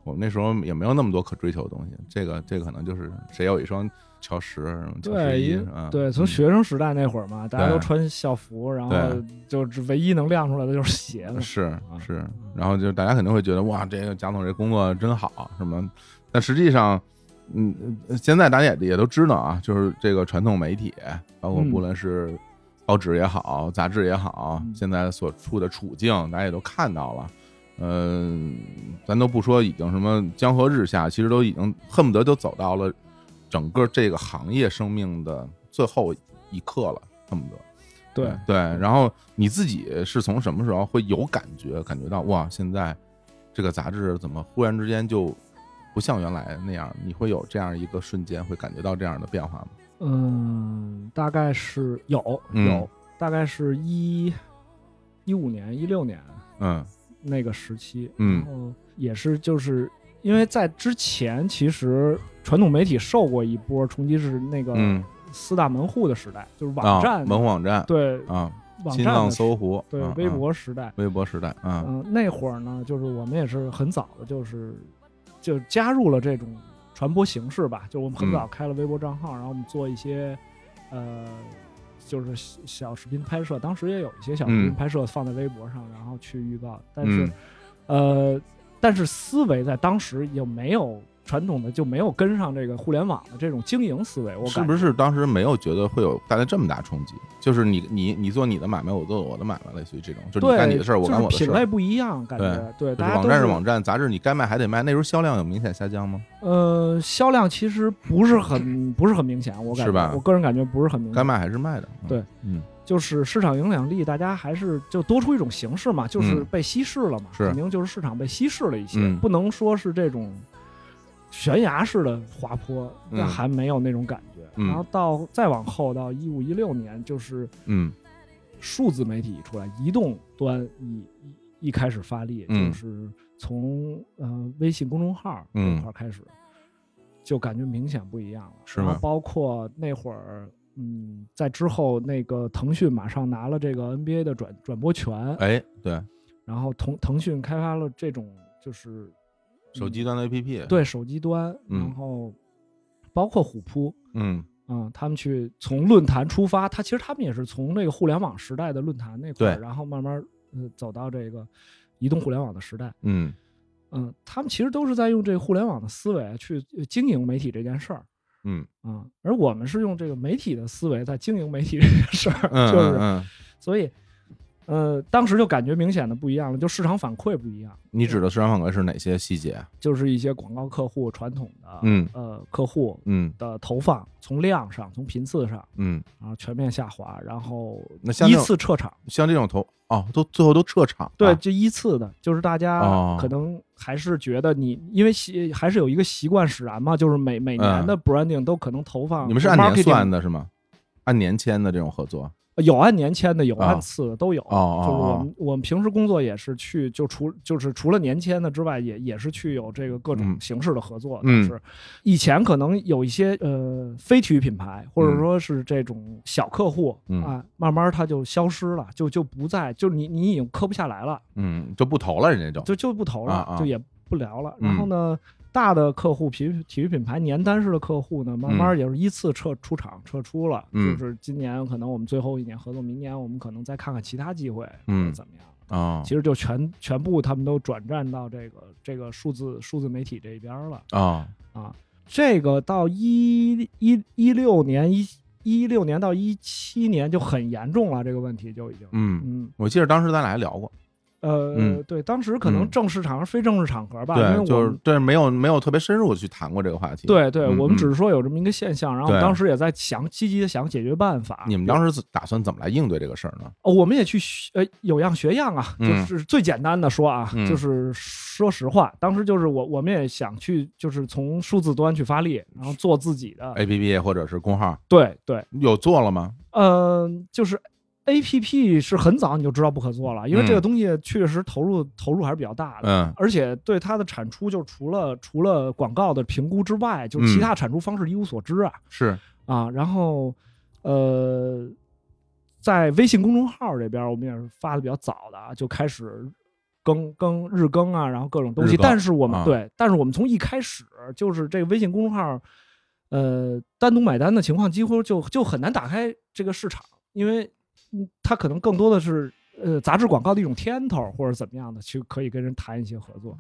A: 我们那时候也没有那么多可追求的东西。这个这个可能就是谁有一双乔十、什么乔十
C: 对，
A: 一
C: 一
A: 是吧？
C: 对，从学生时代那会儿嘛，大家都
A: 嗯对
C: 穿校服，然后
A: 对
C: 就只唯一能亮出来的就是鞋嘛。
A: 呃是
C: 啊
A: 是，然后就大家肯定会觉得哇，这个贾总这工作真好什么，但实际上，嗯，呃现在大家也也都知道啊，就是这个传统媒体，包括
C: 嗯
A: 不论是报纸也好，杂志也好，
C: 嗯
A: 现在所处的处境，大家也都看到了。嗯，咱都不说已经什么江河日下，其实都已经恨不得都走到了整个这个行业生命的最后一刻了，恨不得。
C: 对，
A: 对，然后你自己是从什么时候会有感觉，感觉到哇，现在这个杂志怎么忽然之间就不像原来那样？你会有这样一个瞬间，会感觉到这样的变化吗？
C: 嗯，大概是有
A: 嗯
C: 有，大概是一一五年、一六年
A: 嗯
C: 那个时期，
A: 嗯
C: 然后也是就是因为在之前，其实传统媒体受过一波冲击，是那个
A: 嗯
C: 四大门户的时代，就是
A: 啊
C: 呃网，站、
A: 门户网站
C: 对
A: 啊，
C: 网
A: 新
C: 站
A: 浪、
C: 的时
A: 搜狐，
C: 对
A: 啊
C: 微、
A: 啊
C: 博时代。
A: 微博时代啊，
C: 嗯、那会儿呢，就是我们也是很早的，就是就加入了这种传播形式吧，就我
A: 嗯
C: 们很早开了微博账号，然后我们做一些呃。就是小小视频拍摄，当时也有一些小视频
A: 嗯
C: 拍摄放在微博上，然后去预告。但是
A: 嗯，
C: 呃，但是思维在当时也没有传统的就没有跟上这个互联网的这种经营思维，我
A: 是
C: 感
A: 不
C: 觉
A: 是当时没有觉得会有带来这么大冲击？就是你你你做你的买卖，我做我的买卖，类似于这种，就是你
C: 对
A: 干你的事儿，我
C: 就是
A: 干我的事
C: 品
A: 儿
C: 类。不一样，感觉对，
A: 就是
C: 大家
A: 网
C: 都
A: 站是网站，杂志你该卖还得卖。那时候销量有明显下降吗？
C: 呃，销量其实不是很不是很明显，我感觉
A: 是吧
C: 我个人感觉不是很明
A: 该
C: 显，
A: 卖还是卖的。嗯
C: 对，
A: 嗯，
C: 就是市场影响力，大家还是就多出一种形式嘛，就是
A: 嗯
C: 被稀释了嘛，
A: 是
C: 肯定就是市场被稀释了一些，
A: 嗯
C: 不能说是这种悬崖式的滑坡，
A: 嗯
C: 那还没有那种感觉。
A: 嗯
C: 然后到再往后到一五一六年，就是
A: 嗯
C: 数字媒体出来，移动端一一一开始发力，
A: 嗯
C: 就是从呃微信公众号这
A: 嗯
C: 块儿开始，就感觉明显不一样了。
A: 是
C: 然后
A: 吗
C: 包括那会儿，嗯，在之后那个腾讯马上拿了这个 NBA 的转转播权，
A: 哎，对，
C: 然后腾腾讯开发了这种就是
A: 手机端的 APP，，
C: 对手机端，然
A: 嗯
C: 后包括虎扑，
A: 嗯，
C: 嗯，他们去从论坛出发，他其实他们也是从这个互联网时代的论坛那块儿，
A: 对
C: 然后慢慢呃走到这个移动互联网的时代。
A: 嗯，
C: 嗯，他们其实都是在用这个互联网的思维去呃经营媒体这件事儿。
A: 嗯
C: 啊、而我们是用这个媒体的思维在经营媒体这件事儿，
A: 嗯，
C: 就是、
A: 嗯嗯
C: 所以，呃，当时就感觉明显的不一样了，就市场反馈不一样，
A: 你指的市场反馈是哪些细节？啊
C: 就是一些广告客户传统的、
A: 嗯
C: 呃客户
A: 嗯
C: 的投放，从量上，从频次上，
A: 嗯，
C: 然后全面下滑，然后
A: 那像
C: 依
A: 这种啊
C: 次撤场。
A: 像这种投哦，都最后都撤场了，
C: 对，这依次的，就是大
A: 哦
C: 家可能还是觉得你，因为习还是有一个习惯使然嘛，就是每每
A: 嗯
C: 年的 branding 都可能投放。
A: 你们是按年算
C: 的？
A: 的是吗？按年签的这种合作，
C: 有按年签的，有
A: 啊
C: 按次的，都有。
A: 哦
C: 就
A: 哦
C: 是我们我们平时工作也是去，就除就是除了年签的之外，也也是去有这个各种
A: 嗯
C: 形式的合作。
A: 嗯
C: 就是以前可能有一些呃非体育品牌，或者
A: 嗯
C: 说是这种小客户、
A: 嗯
C: 啊，慢慢它就消失了，就就不再，就你你已经磕不下来了，
A: 嗯，就不投了，人家就
C: 就就不投了，
A: 啊啊
C: 就也不聊了。
A: 嗯
C: 然后呢，大的客户体育体育品牌年单式的客户呢，慢慢也是依次撤出场撤出了，
A: 嗯
C: 就是今年可能我们最后一年合作，明年我们可能再看看其他机会，
A: 嗯
C: 或者怎么样。
A: 啊
C: 其实就全全部他们都转战到这个这个数字数字媒体这一边了
A: 啊，
C: 啊。这个到一一一六年一一六年到一七年就很严重了，这个问题就已经
A: 嗯，
C: 嗯
A: 我记得当时咱俩还聊过，
C: 呃，
A: 嗯
C: 对，当时可
A: 嗯
C: 能正式场合、非正式场合吧，因
A: 对，
C: 为我
A: 就是
C: 们
A: 对，没有没有特别深入地去谈过这个话题，，
C: 对对，
A: 嗯
C: 我们
A: 嗯
C: 只是说有这么一个现象，然后我
A: 对
C: 们当时也在想积极的想解决办法。
A: 你们当时怎打算怎么来应对这个事儿呢？
C: 哦我们也去学呃有样学样啊，就
A: 嗯
C: 是最简单的说啊，
A: 嗯
C: 就是说实话，当时就是我我们也想去就是从数字端去发力，然后做自己的，
A: A P P 或者是公号
C: 对对，
A: 有做了吗？
C: 嗯、就是 A P P 是很早你就知道不可做了，因为这
A: 嗯
C: 个东西确实投入投入还是比较大的，
A: 嗯
C: 而且对它的产出，就除了除了广告的评估之外，就是
A: 嗯
C: 其他产出方式一无所知啊、
A: 是，
C: 啊。然后，呃，在微信公众号这边，我们也是发的比较早的啊，就开始更更日更啊，然后各种东
A: 日
C: 西。
A: 更
C: 但是我们、
A: 啊
C: 对，但是我们从一开始就是这个微信公众号，呃，单独买单的情况几乎就就很难打开这个市场，因为嗯它可能更多的是呃杂志广告的一种添头或者怎么样的，去可以跟人谈一些合作。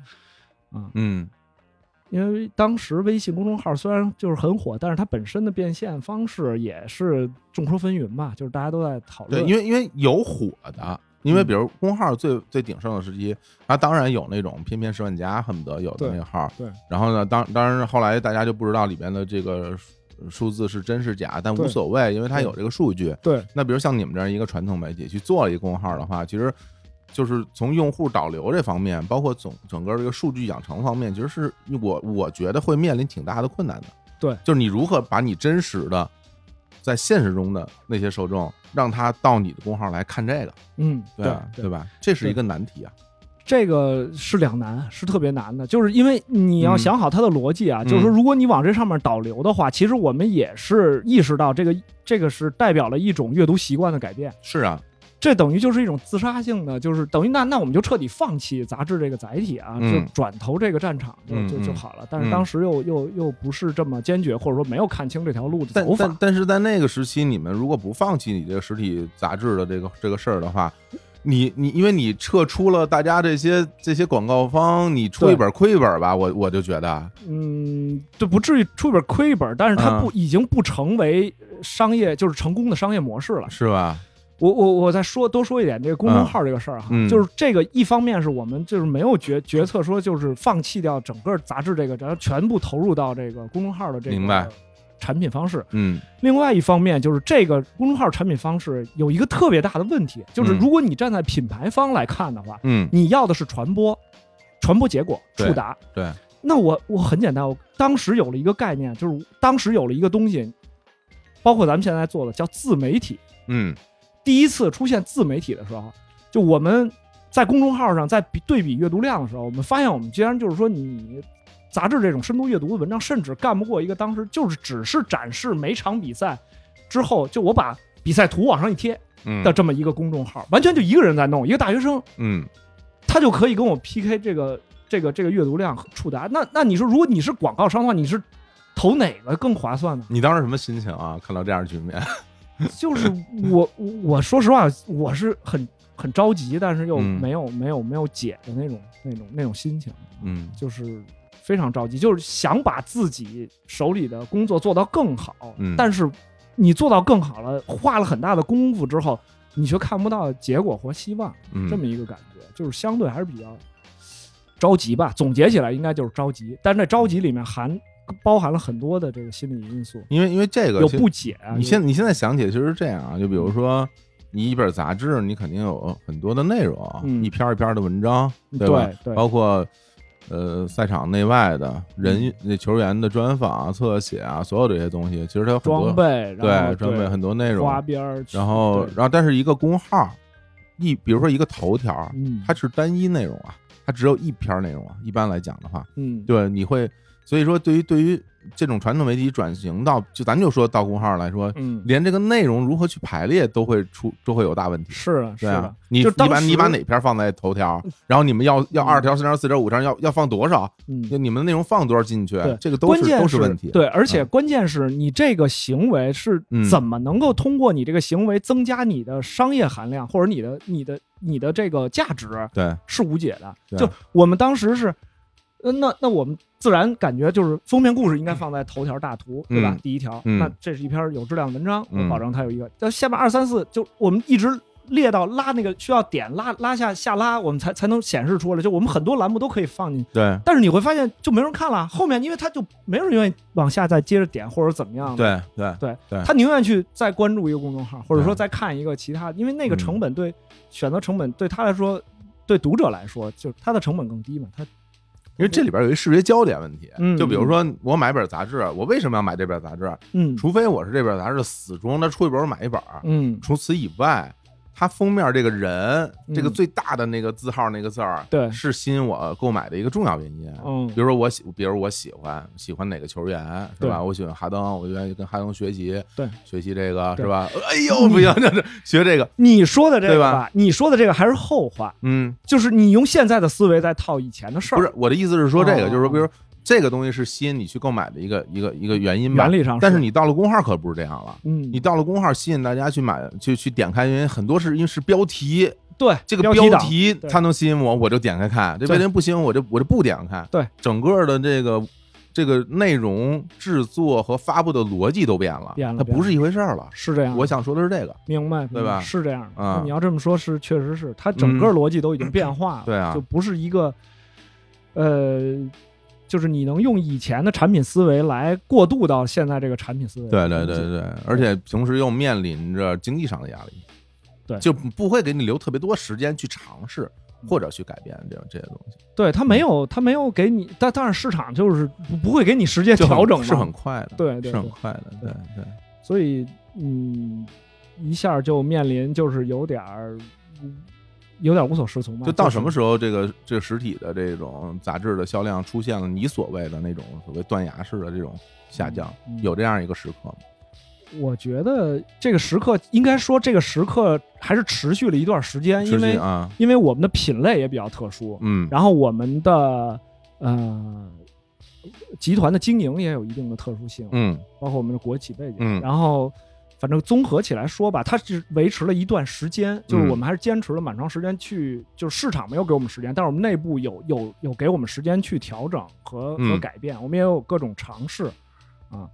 A: 嗯
C: 因为当时微信公众号虽然就是很火，但是它本身的变现方式也是众说纷纭嘛，就是大家都在讨
A: 对，
C: 论。
A: 因为因为有火的，因为
C: 嗯
A: 比如公号最最鼎盛的时期，它当然有那种偏偏十万加恨不得有的
C: 对
A: 那个号，
C: 对，
A: 然后呢，当当然后来大家就不知道里边的这个数呃数字是真是假，但无
C: 对
A: 所谓，因为它
C: 对
A: 有这个数据。
C: 对
A: 那比如像你们这样一个传统媒体去做一个公号的话，其实就是从用户导流这方面，包括总整个这个数据养成方面，其实是我我觉得会面临挺大的困难的。
C: 对，
A: 就是你如何把你真实的在现实中的那些受众，让他到你的公号来看这个，
C: 嗯，
A: 对啊
C: 对
A: 对吧？这是一个难题啊。
C: 这个是两难，是特别难的，就是因为你要想好它的逻辑啊，
A: 嗯
C: 就是说，如果你往这上面导流的话，其实我们也是意识到这个这个是代表了一种阅读习惯的改变，
A: 是啊，
C: 这等于就是一种自杀性的，就是等于那那我们就彻底放弃杂志这个载体啊，
A: 嗯
C: 就转投这个战场就、
A: 嗯
C: 就
A: 嗯
C: 就好了。但是当时又、又又不是这么坚决，或者说没有看清这条路的
A: 但
C: 走
A: 但
C: 法。
A: 但是在那个时期，你们如果不放弃你这个实体杂志的这个这个事儿的话，你你因为你撤出了大家这些这些广告方，你出
C: 对
A: 一本亏一本吧，我我就觉得，
C: 嗯，这不至于出一本亏一本，但是它
A: 嗯
C: 不、已经不成为商业就是成功的商业模式了。
A: 是吧？
C: 我我我再说多说一点这个公众号这个事儿哈，
A: 嗯
C: 就是这个一方面是我们就是没有决决策说就是放弃掉整个杂志这个，然后全部投入到这个公众号的这个
A: 明白
C: 产品方式。
A: 嗯
C: 另外一方面就是这个公众号产品方式有一个特别大的问题，就是
A: 嗯
C: 如果你站在品牌方来看的话，
A: 嗯，
C: 你要的是传播，传播结果
A: 对
C: 触达。
A: 对，
C: 那我我很简单，我当时有了一个概念，就是当时有了一个东西，包括咱们现在做的叫自媒体。
A: 嗯
C: 第一次出现自媒体的时候，就我们在公众号上在比对比阅读量的时候，我们发现我们居然就是说你杂志这种深度阅读的文章，甚至干不过一个当时就是只是展示每场比赛之后，就我把比赛图往上一贴
A: 嗯
C: 的这么一个公众号，完全就一个人在弄，一个大学生，
A: 嗯？
C: 他就可以跟我 PK 这个这个这个阅读量和触达。那那你说，如果你是广告商的话，你是投哪个更划算呢
A: 你当时什么心情啊？看到这样的局面，
C: 就是我我我说实话，我是很很着急，但是又
A: 嗯
C: 没有、没有没有解的那种那种那种心情，
A: 嗯
C: 就是非常着急，就是想把自己手里的工作做到更好。
A: 嗯
C: 但是你做到更好了，花了很大的功夫之后，你却看不到结果和希望。
A: 嗯，
C: 这么一个感觉，就是相对还是比较着急吧。总结起来应该就是着急，但是这着急里面含包含了很多的这个心理因素，
A: 因为因为这个
C: 有
A: 其实
C: 不解啊。
A: 你
C: 有
A: 现你现在想起来其实是这样啊，就比如说你一本杂志，你肯定有很多的内容，
C: 嗯
A: 一篇一篇的文章，对吧？
C: 对对
A: 包括呃赛场内外的人、
C: 嗯
A: 那球员的专访、啊、侧写啊，所有这些东西，其实它有很多
C: 装备，然后
A: 对装备很多内容，
C: 花边儿，
A: 然后
C: 对
A: 然后但是一个公号，一比如说一个头条，
C: 嗯，
A: 它是单一内容啊，它只有一篇内容啊，一般来讲的话，
C: 嗯
A: 对，你会，所以说对于对于这种传统媒体转型到，就咱就说到公号来说，
C: 嗯
A: 连这个内容如何去排列都会出都会有大问题。
C: 是啊是
A: 对啊
C: 啊，，
A: 你
C: 就
A: 你
C: 当
A: 把你把
C: 时
A: 哪篇放在头条，然后你们要要
C: 嗯
A: 二条、三条、四条、五条，要要放多少？
C: 嗯
A: 就。你们的内容放多少进去
C: 对？
A: 这个都
C: 关
A: 是
C: 键
A: 都是问题。
C: 对，而且
A: 嗯
C: 关键是你这个行为是
A: 嗯
C: 怎么能够通过你这个行为增加你的商业含量，或者你的你的你的这个价值？
A: 对
C: 是无解的。
A: 对
C: 就我们当时是，呃那那我们自然感觉就是封面故事应该放在头条大图，对吧
A: 嗯？
C: 第一条，
A: 嗯
C: 那这是一篇有质量的文章，
A: 嗯
C: 我保证它有一个。但下面二三四就我们一直列到拉那个需要点拉拉下下拉，我们才才能显示出来。就我们很多栏目都可以放进去。
A: 对
C: 但是你会发现就没人看了，后面因为他就没人愿意往下再接着点或者怎么样的，
A: 对对
C: 他宁愿去再关注一个公众号，或者说
A: 对
C: 再看一个其他，因为那个
A: 嗯
C: 成本对、选择成本对他来说，对读者来说，就是他的成本更低嘛。他
A: 因为这里边有一视觉焦点问题。
C: 嗯
A: 就比如说我买本杂志，我为什么要买这本杂志？
C: 嗯
A: 除非我是这本杂志的死忠，他出一本我买一本。
C: 嗯
A: 除此以外，它封面这个人，
C: 嗯
A: 这个最大的那个字号那个字儿，
C: 对
A: 是吸引我购买的一个重要原因。
C: 嗯
A: 比如说我喜，比如我喜欢喜欢哪个球员，是
C: 对
A: 吧？我喜欢哈登，我就愿意跟哈登学习，
C: 对，
A: 学习这个
C: 对嗯
A: 是吧？哎呦，不行，这这 学这个，
C: 你说的这个
A: 对吧
C: 你说的这个还是后话，
A: 嗯，
C: 就是你用现在的思维在套以前的事儿，
A: 不是我的意思是说这个，
C: 哦
A: 就是说，比如这个东西是吸引你去购买的一个一个一个原因吧
C: 原。理上
A: 但是你到了公号可不是这样了。
C: 嗯，
A: 你到了公号吸引大家去买，去去点开，原因很多是因为是标题，
C: 对
A: 这个
C: 标
A: 标
C: 党
A: 题
C: 对
A: 它能吸引我，我就点开看；这
C: 对
A: 标题不行，我就我就不点开看。
C: 对，
A: 整个的这个这个内容制作和发布的逻辑都变了，
C: 变了嗯
A: 它不是一回事儿了。
C: 是这样的，
A: 我想说的是这个，
C: 明白，
A: 对
C: 明白
A: 吧
C: 是这样的。
A: 啊
C: 你要这么说，是确实是，它整个
A: 嗯
C: 逻辑都已经变化了，
A: 对啊
C: 就不是一个，呃，就是你能用以前的产品思维来过渡到现在这个产品思维
A: 对
C: 的
A: 对
C: 东西。
A: 对对，而且平时又面临着经济上的压力，
C: 对
A: 就不会给你留特别多时间去尝试或者去改变这这些东西，
C: 对，它
A: 嗯
C: 没有，它没有给你，但但是市场就是不不会给你时间
A: 就很
C: 调整
A: 是
C: 嘛
A: 很，快的，
C: 对对
A: 是很
C: 对
A: 快的，对
C: 对
A: 对，
C: 所以嗯，一下就面临就是有点儿，有点无所适从吧。
A: 就到什么
C: 啊是
A: 时候，这个这个实体的这种杂志的销量出现了你所谓的那种所谓断崖式的这种下降，
C: 嗯嗯
A: 有这样一个时刻吗？
C: 我觉得这个时刻应该说这个时刻还是持续了一段时间，
A: 实
C: 因为
A: 际啊，
C: 因为我们的品类也比较特殊，
A: 嗯，
C: 然后我们的呃集团的经营也有一定的特殊性，
A: 嗯
C: 包括我们的国企背景。
A: 嗯
C: 然后反正综合起来说吧，它是维持了一段时间，就是
A: 嗯
C: 我们还是坚持了蛮长时间去，就是市场没有给我们时间，但是我们内部有有有给我们时间去调整和
A: 嗯
C: 和改变，我们也有各种尝试啊。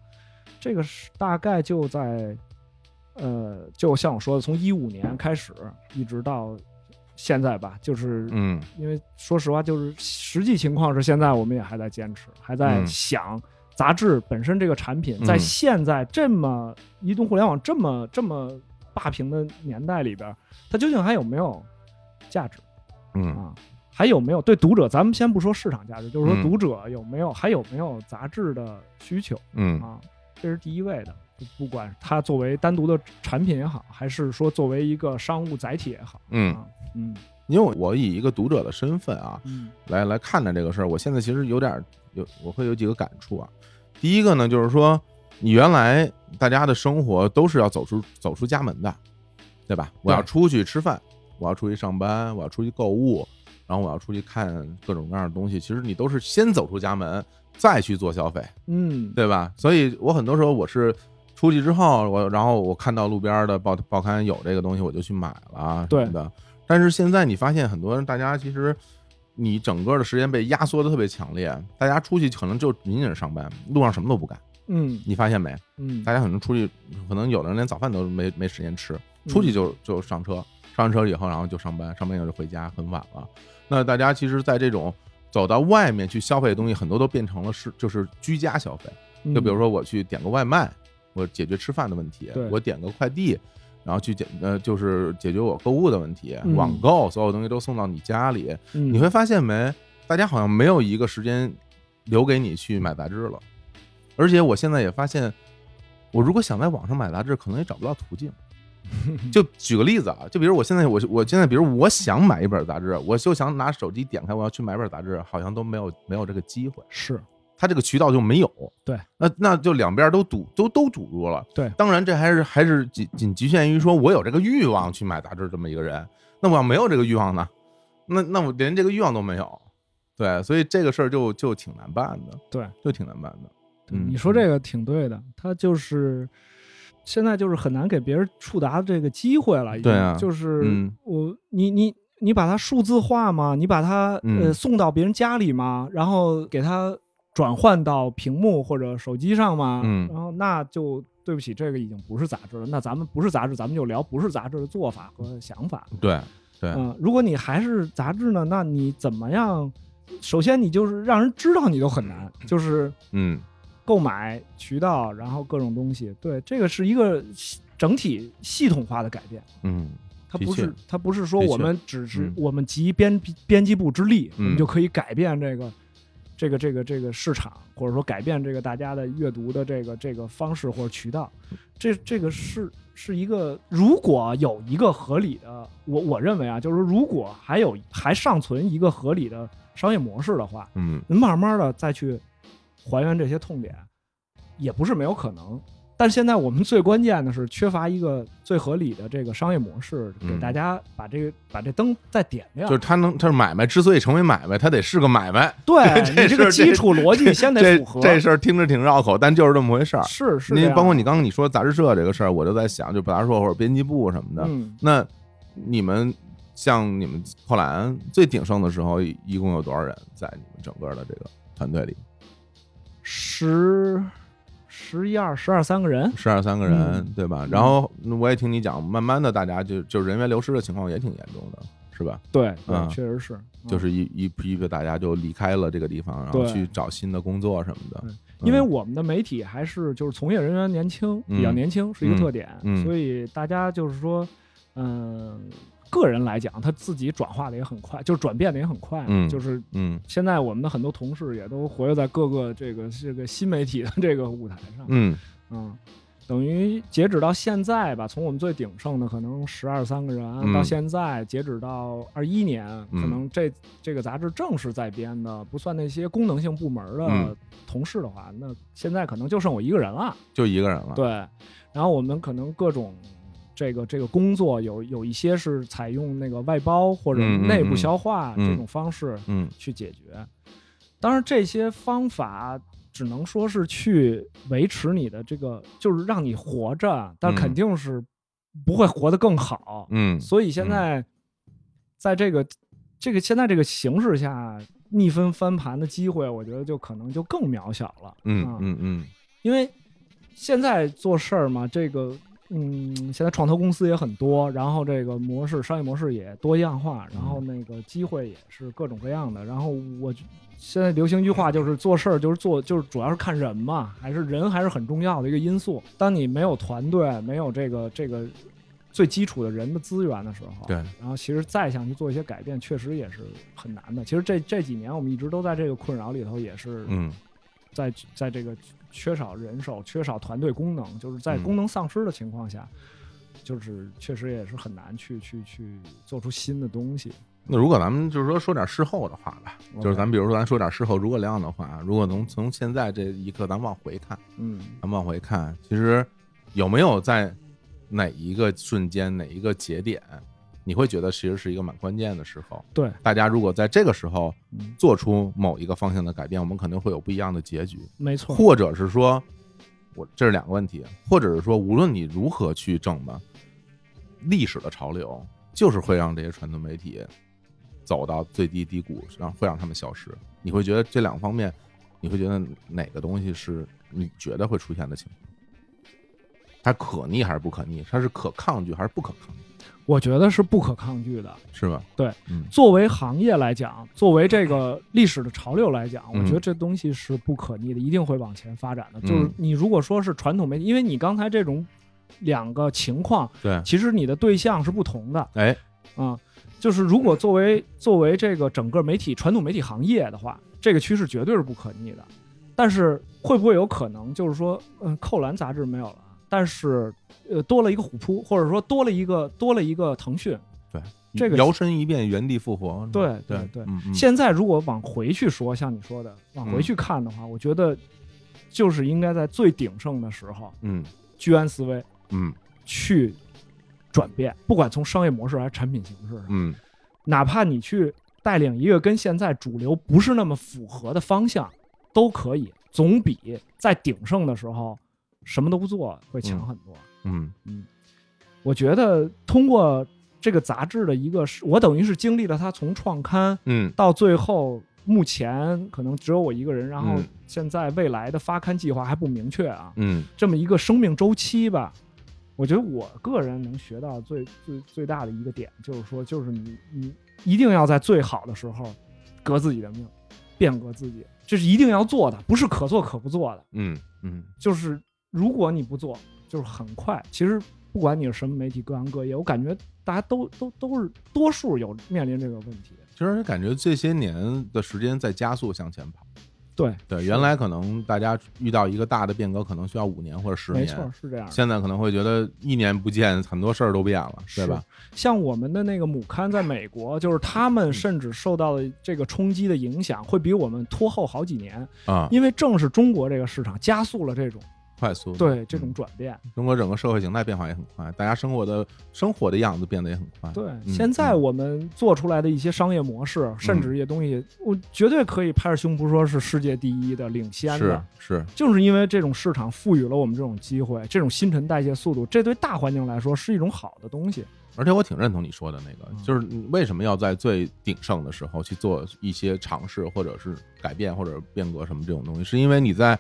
C: 这个是大概就在呃，就像我说的，从一五年开始一直到现在吧，就是
A: 嗯
C: 因为说实话，就是实际情况是，现在我们也还在坚持，还在
A: 嗯
C: 想杂志本身这个产品，
A: 嗯
C: 在现在这么移动互联网这么这么霸屏的年代里边，它究竟还有没有价值
A: 嗯
C: 啊？还有没有对读者？咱们先不说市场价值，就是
A: 嗯
C: 说读者有没有，还有没有杂志的需求
A: 嗯
C: 啊？这是第一位的。就不管它作为单独的产品也好，还是说作为一个商务载体也好，
A: 嗯
C: 啊，嗯，
A: 因为我以一个读者的身份啊，
C: 嗯
A: 来来看待这个事儿，我现在其实有点儿有，我会有几个感触啊。第一个呢，就是说你原来大家的生活都是要走出走出家门的，对吧？我要出去吃饭，我要出去上班，我要出去购物，然后我要出去看各种各样的东西。其实你都是先走出家门，再去做消费，
C: 嗯，
A: 对吧？所以我很多时候我是出去之后，我然后我看到路边的报报刊有这个东西，我就去买了啊什
C: 对
A: 么的。但是现在你发现很多人，大家其实你整个的时间被压缩的特别强烈，大家出去可能就仅仅是上班，路上什么都不干。
C: 嗯
A: 你发现没？
C: 嗯，
A: 大家可能出去，可能有的人连早饭都没没时间吃，出去
C: 嗯
A: 就就上车，上完车以后，然后就上班，上班以后就回家，很晚了。那大家其实，在这种走到外面去消费的东西，很多都变成了是就是居家消费。
C: 嗯
A: 就比如说我去点个外卖，我解决吃饭的问题
C: 对；
A: 我点个快递，然后去解呃就是解决我购物的问题。
C: 嗯
A: 网购所有东西都送到你家里，
C: 嗯
A: 你会发现没，大家好像没有一个时间留给你去买杂志了。而且我现在也发现，我如果想在网上买杂志，可能也找不到途 径。就举个例子啊，就比如我现在我我现在比如我想买一本杂志，我就想拿手机点开我要去买本杂志，好像都没有没有这个机会。
C: 是
A: 它这个渠道就没有。
C: 对，
A: 那那就两边都堵，都都堵住了。
C: 对
A: 当然这还是还是仅仅局限于说我有这个欲望去买杂志这么一个人。那我要没有这个欲望呢？那那我连这个欲望都没有。对，所以这个事儿就就挺难办的，
C: 对，
A: 就挺难办的。
C: 对
A: 嗯
C: 你说这个挺对的，他就是现在就是很难给别人触达这个机会了，已经
A: 对啊
C: 就是
A: 嗯
C: 我你你你把它数字化吗？你把它呃
A: 嗯
C: 送到别人家里吗？然后给它转换到屏幕或者手机上吗？
A: 嗯
C: 然后那就对不起，这个已经不是杂志了。那咱们不是杂志，咱们就聊不是杂志的做法和想法。
A: 对对
C: 嗯，如果你还是杂志呢，那你怎么样？首先，你就是让人知道你都很难，就是
A: 嗯
C: 购买渠道，然后各种东西。对，这个是一个系整体系统化的改变，
A: 嗯
C: 它
A: 的
C: 不
A: 确
C: 是它不是说
A: 的确
C: 我们只是
A: 嗯
C: 我们集编编辑部之力，我
A: 嗯
C: 们就可以改变这个。这个这个这个市场，或者说改变这个大家的阅读的这个这个方式或者渠道，
A: 嗯
C: 这这个是是一个，如果有一个合理的，我我认为啊，就是如果还有还尚存一个合理的商业模式的话，
A: 嗯
C: 您慢慢的再去还原这些痛点，也不是没有可能。但是现在我们最关键的是缺乏一个最合理的这个商业模式，
A: 嗯
C: 给大家把这个把这灯再点亮。
A: 就是他能，他是买卖之所以成为买卖，他得是个买卖。
C: 对
A: 这
C: 你这个
A: 事儿这
C: 基础逻辑先得
A: 这
C: 符合。
A: 这事儿听着挺绕口，但就是这么回事儿。
C: 是是这
A: 您
C: 样，
A: 包括你刚刚你说杂志社这个事儿，我就在想，就杂志社或者编辑部什么的，
C: 嗯
A: 那你们像你们后来最鼎盛的时候，一一共有多少人在你们整个的这个团队里？
C: 十十一二十二三个人，
A: 十二三个人，
C: 嗯
A: 对吧？然后我也听你讲，慢慢的大家就就人员流失的情况也挺严重的，是吧？
C: 对
A: 嗯
C: 对，确实是，嗯
A: 就是一一批的大家就离开了这个地方，然后
C: 对
A: 去找新的工作什么的
C: 嗯。因为我们的媒体还是就是从业人员年轻，比较
A: 嗯
C: 年轻是一个特点，
A: 嗯
C: 所以大家就是说，嗯、个人来讲，他自己转化的也很快，就是转变的也很快，啊
A: 嗯
C: 就是。
A: 嗯
C: 现在我们的很多同事也都活跃在各个这个这个新媒体的这个舞台上，
A: 嗯
C: 嗯，等于截止到现在吧，从我们最鼎盛的可能十二三个人，
A: 嗯
C: 到现在截止到二一年，可能这这个杂志正式在编的，不算那些功能性部门的
A: 嗯
C: 同事的话，那现在可能就剩我一个人了。
A: 就一个人了。
C: 对，然后我们可能各种。这个这个工作有有一些是采用那个外包或者
A: 嗯嗯
C: 内部
A: 嗯
C: 消化
A: 嗯
C: 这种方式，
A: 嗯
C: 去解决。当然，这些方法只能说是去维持你的这个，就是让你活着，啊但
A: 嗯
C: 肯定是不会活得更好。
A: 嗯
C: 所以现在，在这个这个现在这个形势下，逆风翻盘的机会，我觉得就可能就更渺小了。
A: 嗯
C: 啊
A: 嗯嗯
C: 因为现在做事儿嘛，这个嗯，现在创投公司也很多，然后这个模式商业模式也多样化，
A: 嗯
C: 然后那个机会也是各种各样的。然后我觉现在流行一句话就是做事儿就是做就是主要是看人嘛，还是人还是很重要的一个因素。当你没有团队，没有这个这个。最基础的人的资源的时候，
A: 对
C: 然后其实再想去做一些改变，确实也是很难的。其实这这几年我们一直都在这个困扰里头，也是
A: 嗯
C: 在在这个缺少人手、缺少团队功能，就是在
A: 嗯
C: 功能丧失的情况下，就是确实也是很难去去去做出新的东西。
A: 那如果咱们就是说说点事后的话吧，就是
E: OK
A: 咱们比如说咱说点事后诸葛亮的话，如果从从现在这一刻咱往回看，
C: 嗯，
A: 咱们往回看，其实有没有在哪一个瞬间、哪一个节点，你会觉得其实是一个蛮关键的时候？
C: 对，
A: 大家如果在这个时候
C: 嗯
A: 做出某一个方向的改变，我们肯定会有不一样的结局，
C: 没错，
A: 或者是说，我这是两个问题，或者是说，无论你如何去整吧，历史的潮流就是会让这些传统媒体走到最低低谷，然后会让他们消失。你会觉得这两方面，你会觉得哪个东西是你觉得会出现的情况？它可逆还是不可逆？它是可抗拒还是不可抗拒？
C: 我觉得是不可抗拒的。
A: 是吧？
C: 对，
A: 嗯，
C: 作为行业来讲，作为这个历史的潮流来讲，
A: 嗯
C: 我觉得这东西是不可逆的，一定会往前发展的。
A: 嗯
C: 就是你如果说是传统媒体，因为你刚才这种两个情况，
A: 对，嗯
C: 其实你的对象是不同的
A: 哎，
C: 啊、就是如果作为作为这个整个媒体传统媒体行业的话，这个趋势绝对是不可逆的。但是会不会有可能，就是说，嗯，扣篮杂志没有了，但是呃多了一个虎扑，或者说多了一个多了一个腾讯，这个
A: 摇身一变，原地复活。是吧
C: 对对
A: 对，
C: 对
A: 嗯嗯
C: 现在如果往回去说，像你说的，往回去看的话，我觉得就是应该在最鼎盛的时候，
A: 嗯
C: 居安思危，
A: 嗯
C: 去转变，不管从商业模式还是产品形式上，
A: 嗯，
C: 哪怕你去带领一个跟现在主流不是那么符合的方向，都可以，总比在鼎盛的时候什么都不做会强很多。
A: 嗯
C: 我觉得通过这个杂志的一个，我等于是经历了它从创刊。
A: 嗯
C: 到最后，目前可能只有我一个人，然后
A: 嗯
C: 现在未来的发刊计划还不明确啊，
A: 嗯
C: 这么一个生命周期吧。我觉得我个人能学到最最最大的一个点，就是说，就是你你一定要在最好的时候革自己的命，变革自己，这是一定要做的，不是可做可不做的。
A: 嗯嗯
C: 就是如果你不做，就是很快。其实不管你是什么媒体，各行各业，我感觉大家都都都是多数有面临这个问题。
A: 其实感觉这些年的时间在加速向前跑。
C: 对
A: 对，
C: 是
A: 原来可能大家遇到一个大的变革，可能需要五年或者十
C: 没错
A: 年，
C: 是这样的。
A: 现在可能会觉得一年不见，很多事儿都变了，对吧？
C: 像我们的那个母刊在美国，就是他
A: 嗯
C: 们甚至受到的这个冲击的影响，会比我们拖后好几年，
A: 啊，
C: 因为正是中国这个市场加速了这种
A: 快速的
C: 对这种
A: 嗯
C: 转变。
A: 中国整个社会形态变化也很快，大家生活的生活的样子变得也很快。
C: 对，
A: 嗯
C: 现在
A: 嗯
C: 我们做出来的一些商业模式，甚至一些东西，我绝对可以拍着胸脯说是世界第一的、领先
A: 是
C: 的。
A: 是
C: 就是因为这种市场赋予了我们这种机会，这种新陈代谢速度，这对大环境来说是一种好的东西。
A: 而且我挺认同你说的那个，
C: 嗯
A: 就是你为什么要在最鼎盛的时候去做一些尝试，或者是改变，或者变革什么这种东西，是因为你在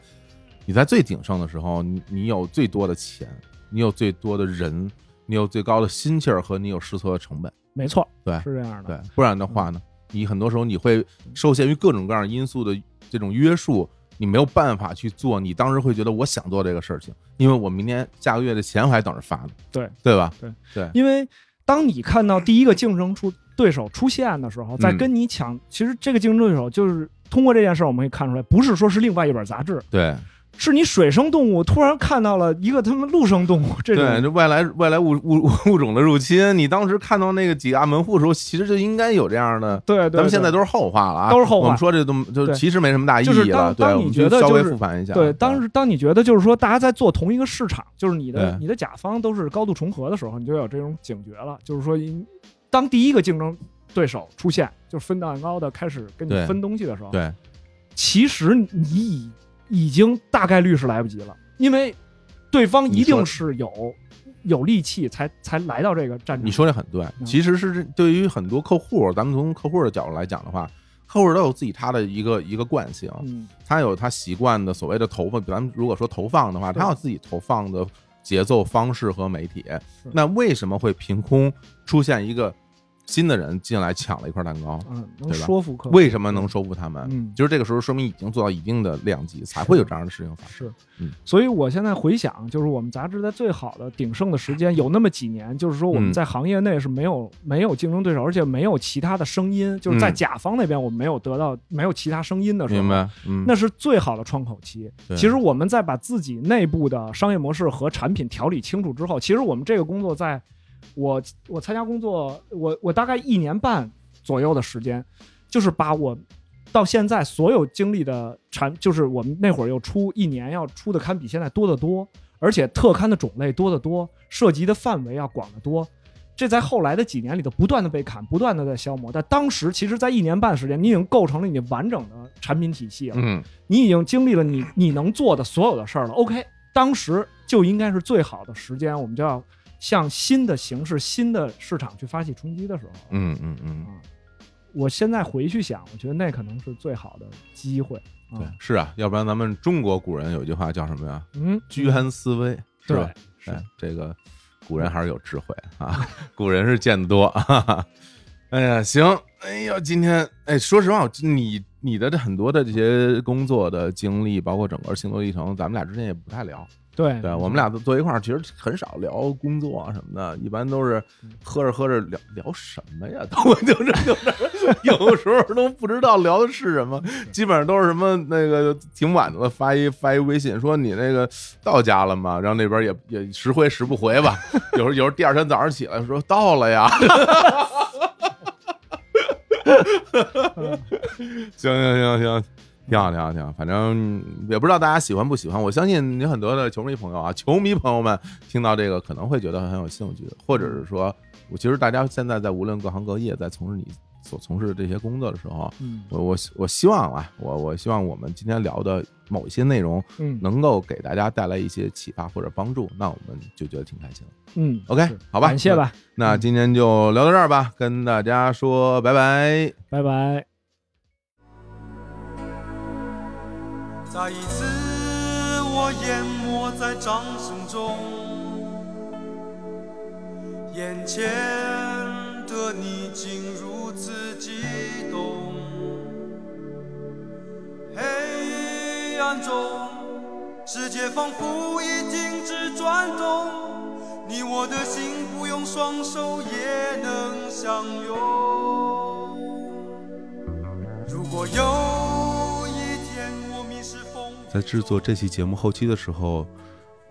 A: 你在最鼎盛的时候，你你有最多的钱，你有最多的人，你有最高的心气儿和你有试错的成本，
C: 没错，
A: 对
C: 是这样的。嗯
A: 对，不然的话呢，你很多时候你会受限于各种各样因素的这种约束。你没有办法去做，你当时会觉得我想做这个事情，因为我明年下个月的钱我还等着发呢，
C: 对
A: 对吧？
C: 对
A: 对，
C: 因为当你看到第一个竞争出对手出现的时候，
A: 嗯
C: 在跟你抢，其实这个竞争对手就是通过这件事，我们可以看出来，不是说是另外一本杂志，
A: 对，
C: 是你水生动物突然看到了一个他妈陆生动物这
A: 对，
C: 种。
A: 这外来外来物物物种的入侵，你当时看到那个几大门户的时候，其实就应该有这样的。
C: 对对对，
A: 咱们现在都是后话了啊，
C: 都是后话
A: 我们说这都就
C: 对
A: 其实没什么大意
C: 就是
A: 义了，
C: 当
A: 对，
C: 当
A: 我
C: 你
A: 们
C: 觉得
A: 稍
C: 就
A: 微
C: 是
A: 复盘一下。啊
C: 对。当时当你觉得就是说大家在做同一个市场，就是你的
A: 对
C: 你的甲方都是高度重合的时候，你就有这种警觉了，就是说因，当第一个竞争对手出现，就是分蛋糕的开始跟你
A: 对
C: 分东西的时候，
A: 对
C: 其实你已已经大概率是来不及了，因为对方一定是有有力气才才来到这个战场。
A: 你说的很对，
C: 嗯
A: 其实是对于很多客户，咱们从客户的角度来讲的话，客户都有自己他的一个一个惯性，
C: 嗯，
A: 他有他习惯的所谓的投放，咱们如果说投放的话，
C: 是
A: 他有自己投放的节奏方式和媒体
C: 是。
A: 那为什么会凭空出现一个新的人进来抢了一块蛋糕？
C: 嗯，能
A: 对吧
C: 说服客户
A: 为什么能说服他们？
C: 嗯
A: 就是这个时候说明已经做到一定的量级，才会有这样的事情发生。
C: 是
A: 嗯，
C: 所以我现在回想，就是我们杂志在最好的鼎盛的时间，有那么几年，就是说我
A: 嗯
C: 们在行业内是没有、没有竞争对手，而且没有其他的声音，就是在
A: 嗯
C: 甲方那边我们没有得到没有其他声音的时候，
A: 明白？嗯，
C: 那是最好的窗口期。
A: 对
C: 其实我们在把自己内部的商业模式和产品调理清楚之后，其实我们这个工作在，我我参加工作，我我大概一年半左右的时间，就是把我到现在所有经历的产，就是我们那会儿又出一年要出的刊比现在多得多，而且特刊的种类多得多，涉及的范围要广得多。这在后来的几年里头不断的被砍，不断的在消磨。但当时其实，在一年半时间，你已经构成了你完整的产品体系了。
A: 嗯，
C: 你已经经历了你你能做的所有的事儿了。OK，当时就应该是最好的时间，我们就要向新的形式、新的市场去发起冲击的时候。
A: 嗯嗯嗯，
C: 啊，我现在回去想，我觉得那可能是最好的机会。啊、
A: 对，，是啊，要不然咱们中国古人有一句话叫什么呀？
C: 嗯，
A: 居安思危，是吧
C: 对？，是
A: 哎，这个古人还是有智慧啊， 古人是见得多。哈哈 哎呀，行，哎呦，今天哎，说实话，我你你的这很多的这些工作的经历，包括整个星座历程，咱们俩之间也不太聊。
C: 对嗯
A: 对，我们俩都坐一块儿，其实很少聊工作啊什么的，一般都是喝着喝着聊聊什么呀， 都就是就是有时候都不知道聊的是什么，基本上都是什么那个挺晚的发一发一微信说你那个到家了吗？然后那边也也时回时不回吧，有时候有时候第二天早上起来说到了呀。 行行行行，挺好，挺好，挺好。反正也不知道大家喜欢不喜欢。我相信有很多的球迷朋友啊， 球迷朋友们听到这个可能会觉得很有兴趣，或者是说，我其实大家现在在无论各行各业，在从事你所从事的这些工作的时候，
C: 嗯
A: 我我我希望啊，我我希望我们今天聊的某一些内容
C: 嗯
A: 能够给大家带来一些启发或者帮助，那我们就觉得挺开心了。
C: 嗯
A: OK，
C: 是
A: 好吧
C: 感谢吧，
A: 那今天就聊到这儿吧，跟大家说拜拜。
C: 拜拜。
F: 再一次，我淹没在掌声中，眼前的你竟如此激动。黑暗中，世界仿佛已停止转动，你我的心不用双手也能相拥。如果有一天我迷失风中
G: 在制作这期节目后期的时候，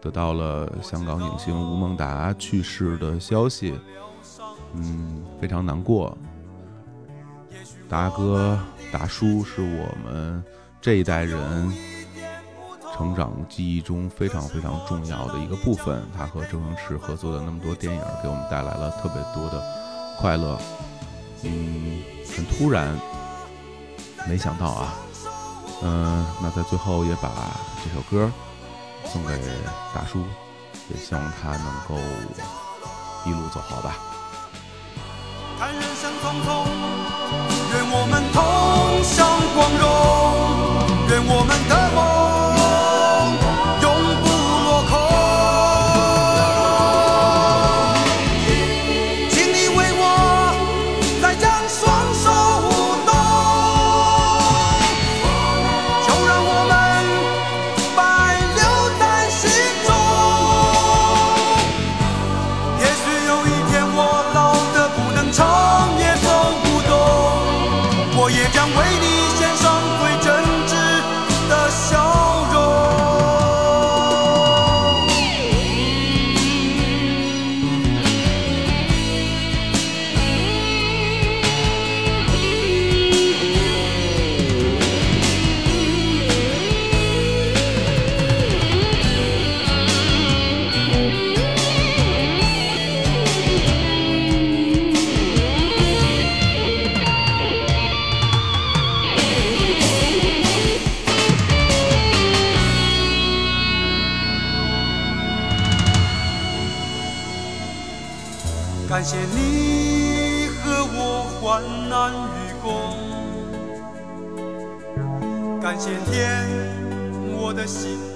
G: 得到了香港影星吴孟达去世的消息，嗯，非常难过。达哥、达叔是我们这一代人成长记忆中非常非常重要的一个部分。他和周星驰合作的那么多电影，给我们带来了特别多的快乐。嗯，很突然，没想到啊，嗯，那在最后也把这首歌送给大叔，也希望他能够一路走好吧。
F: 看人生匆匆，愿我们同享光荣，愿我们的梦永不落空。请你为我再将双手舞动，就让我们白留在心中。也许有一天我老得不能唱，也走不动，我也将为你献上最真挚的笑容。感谢你和我患难与共，感谢天，我的心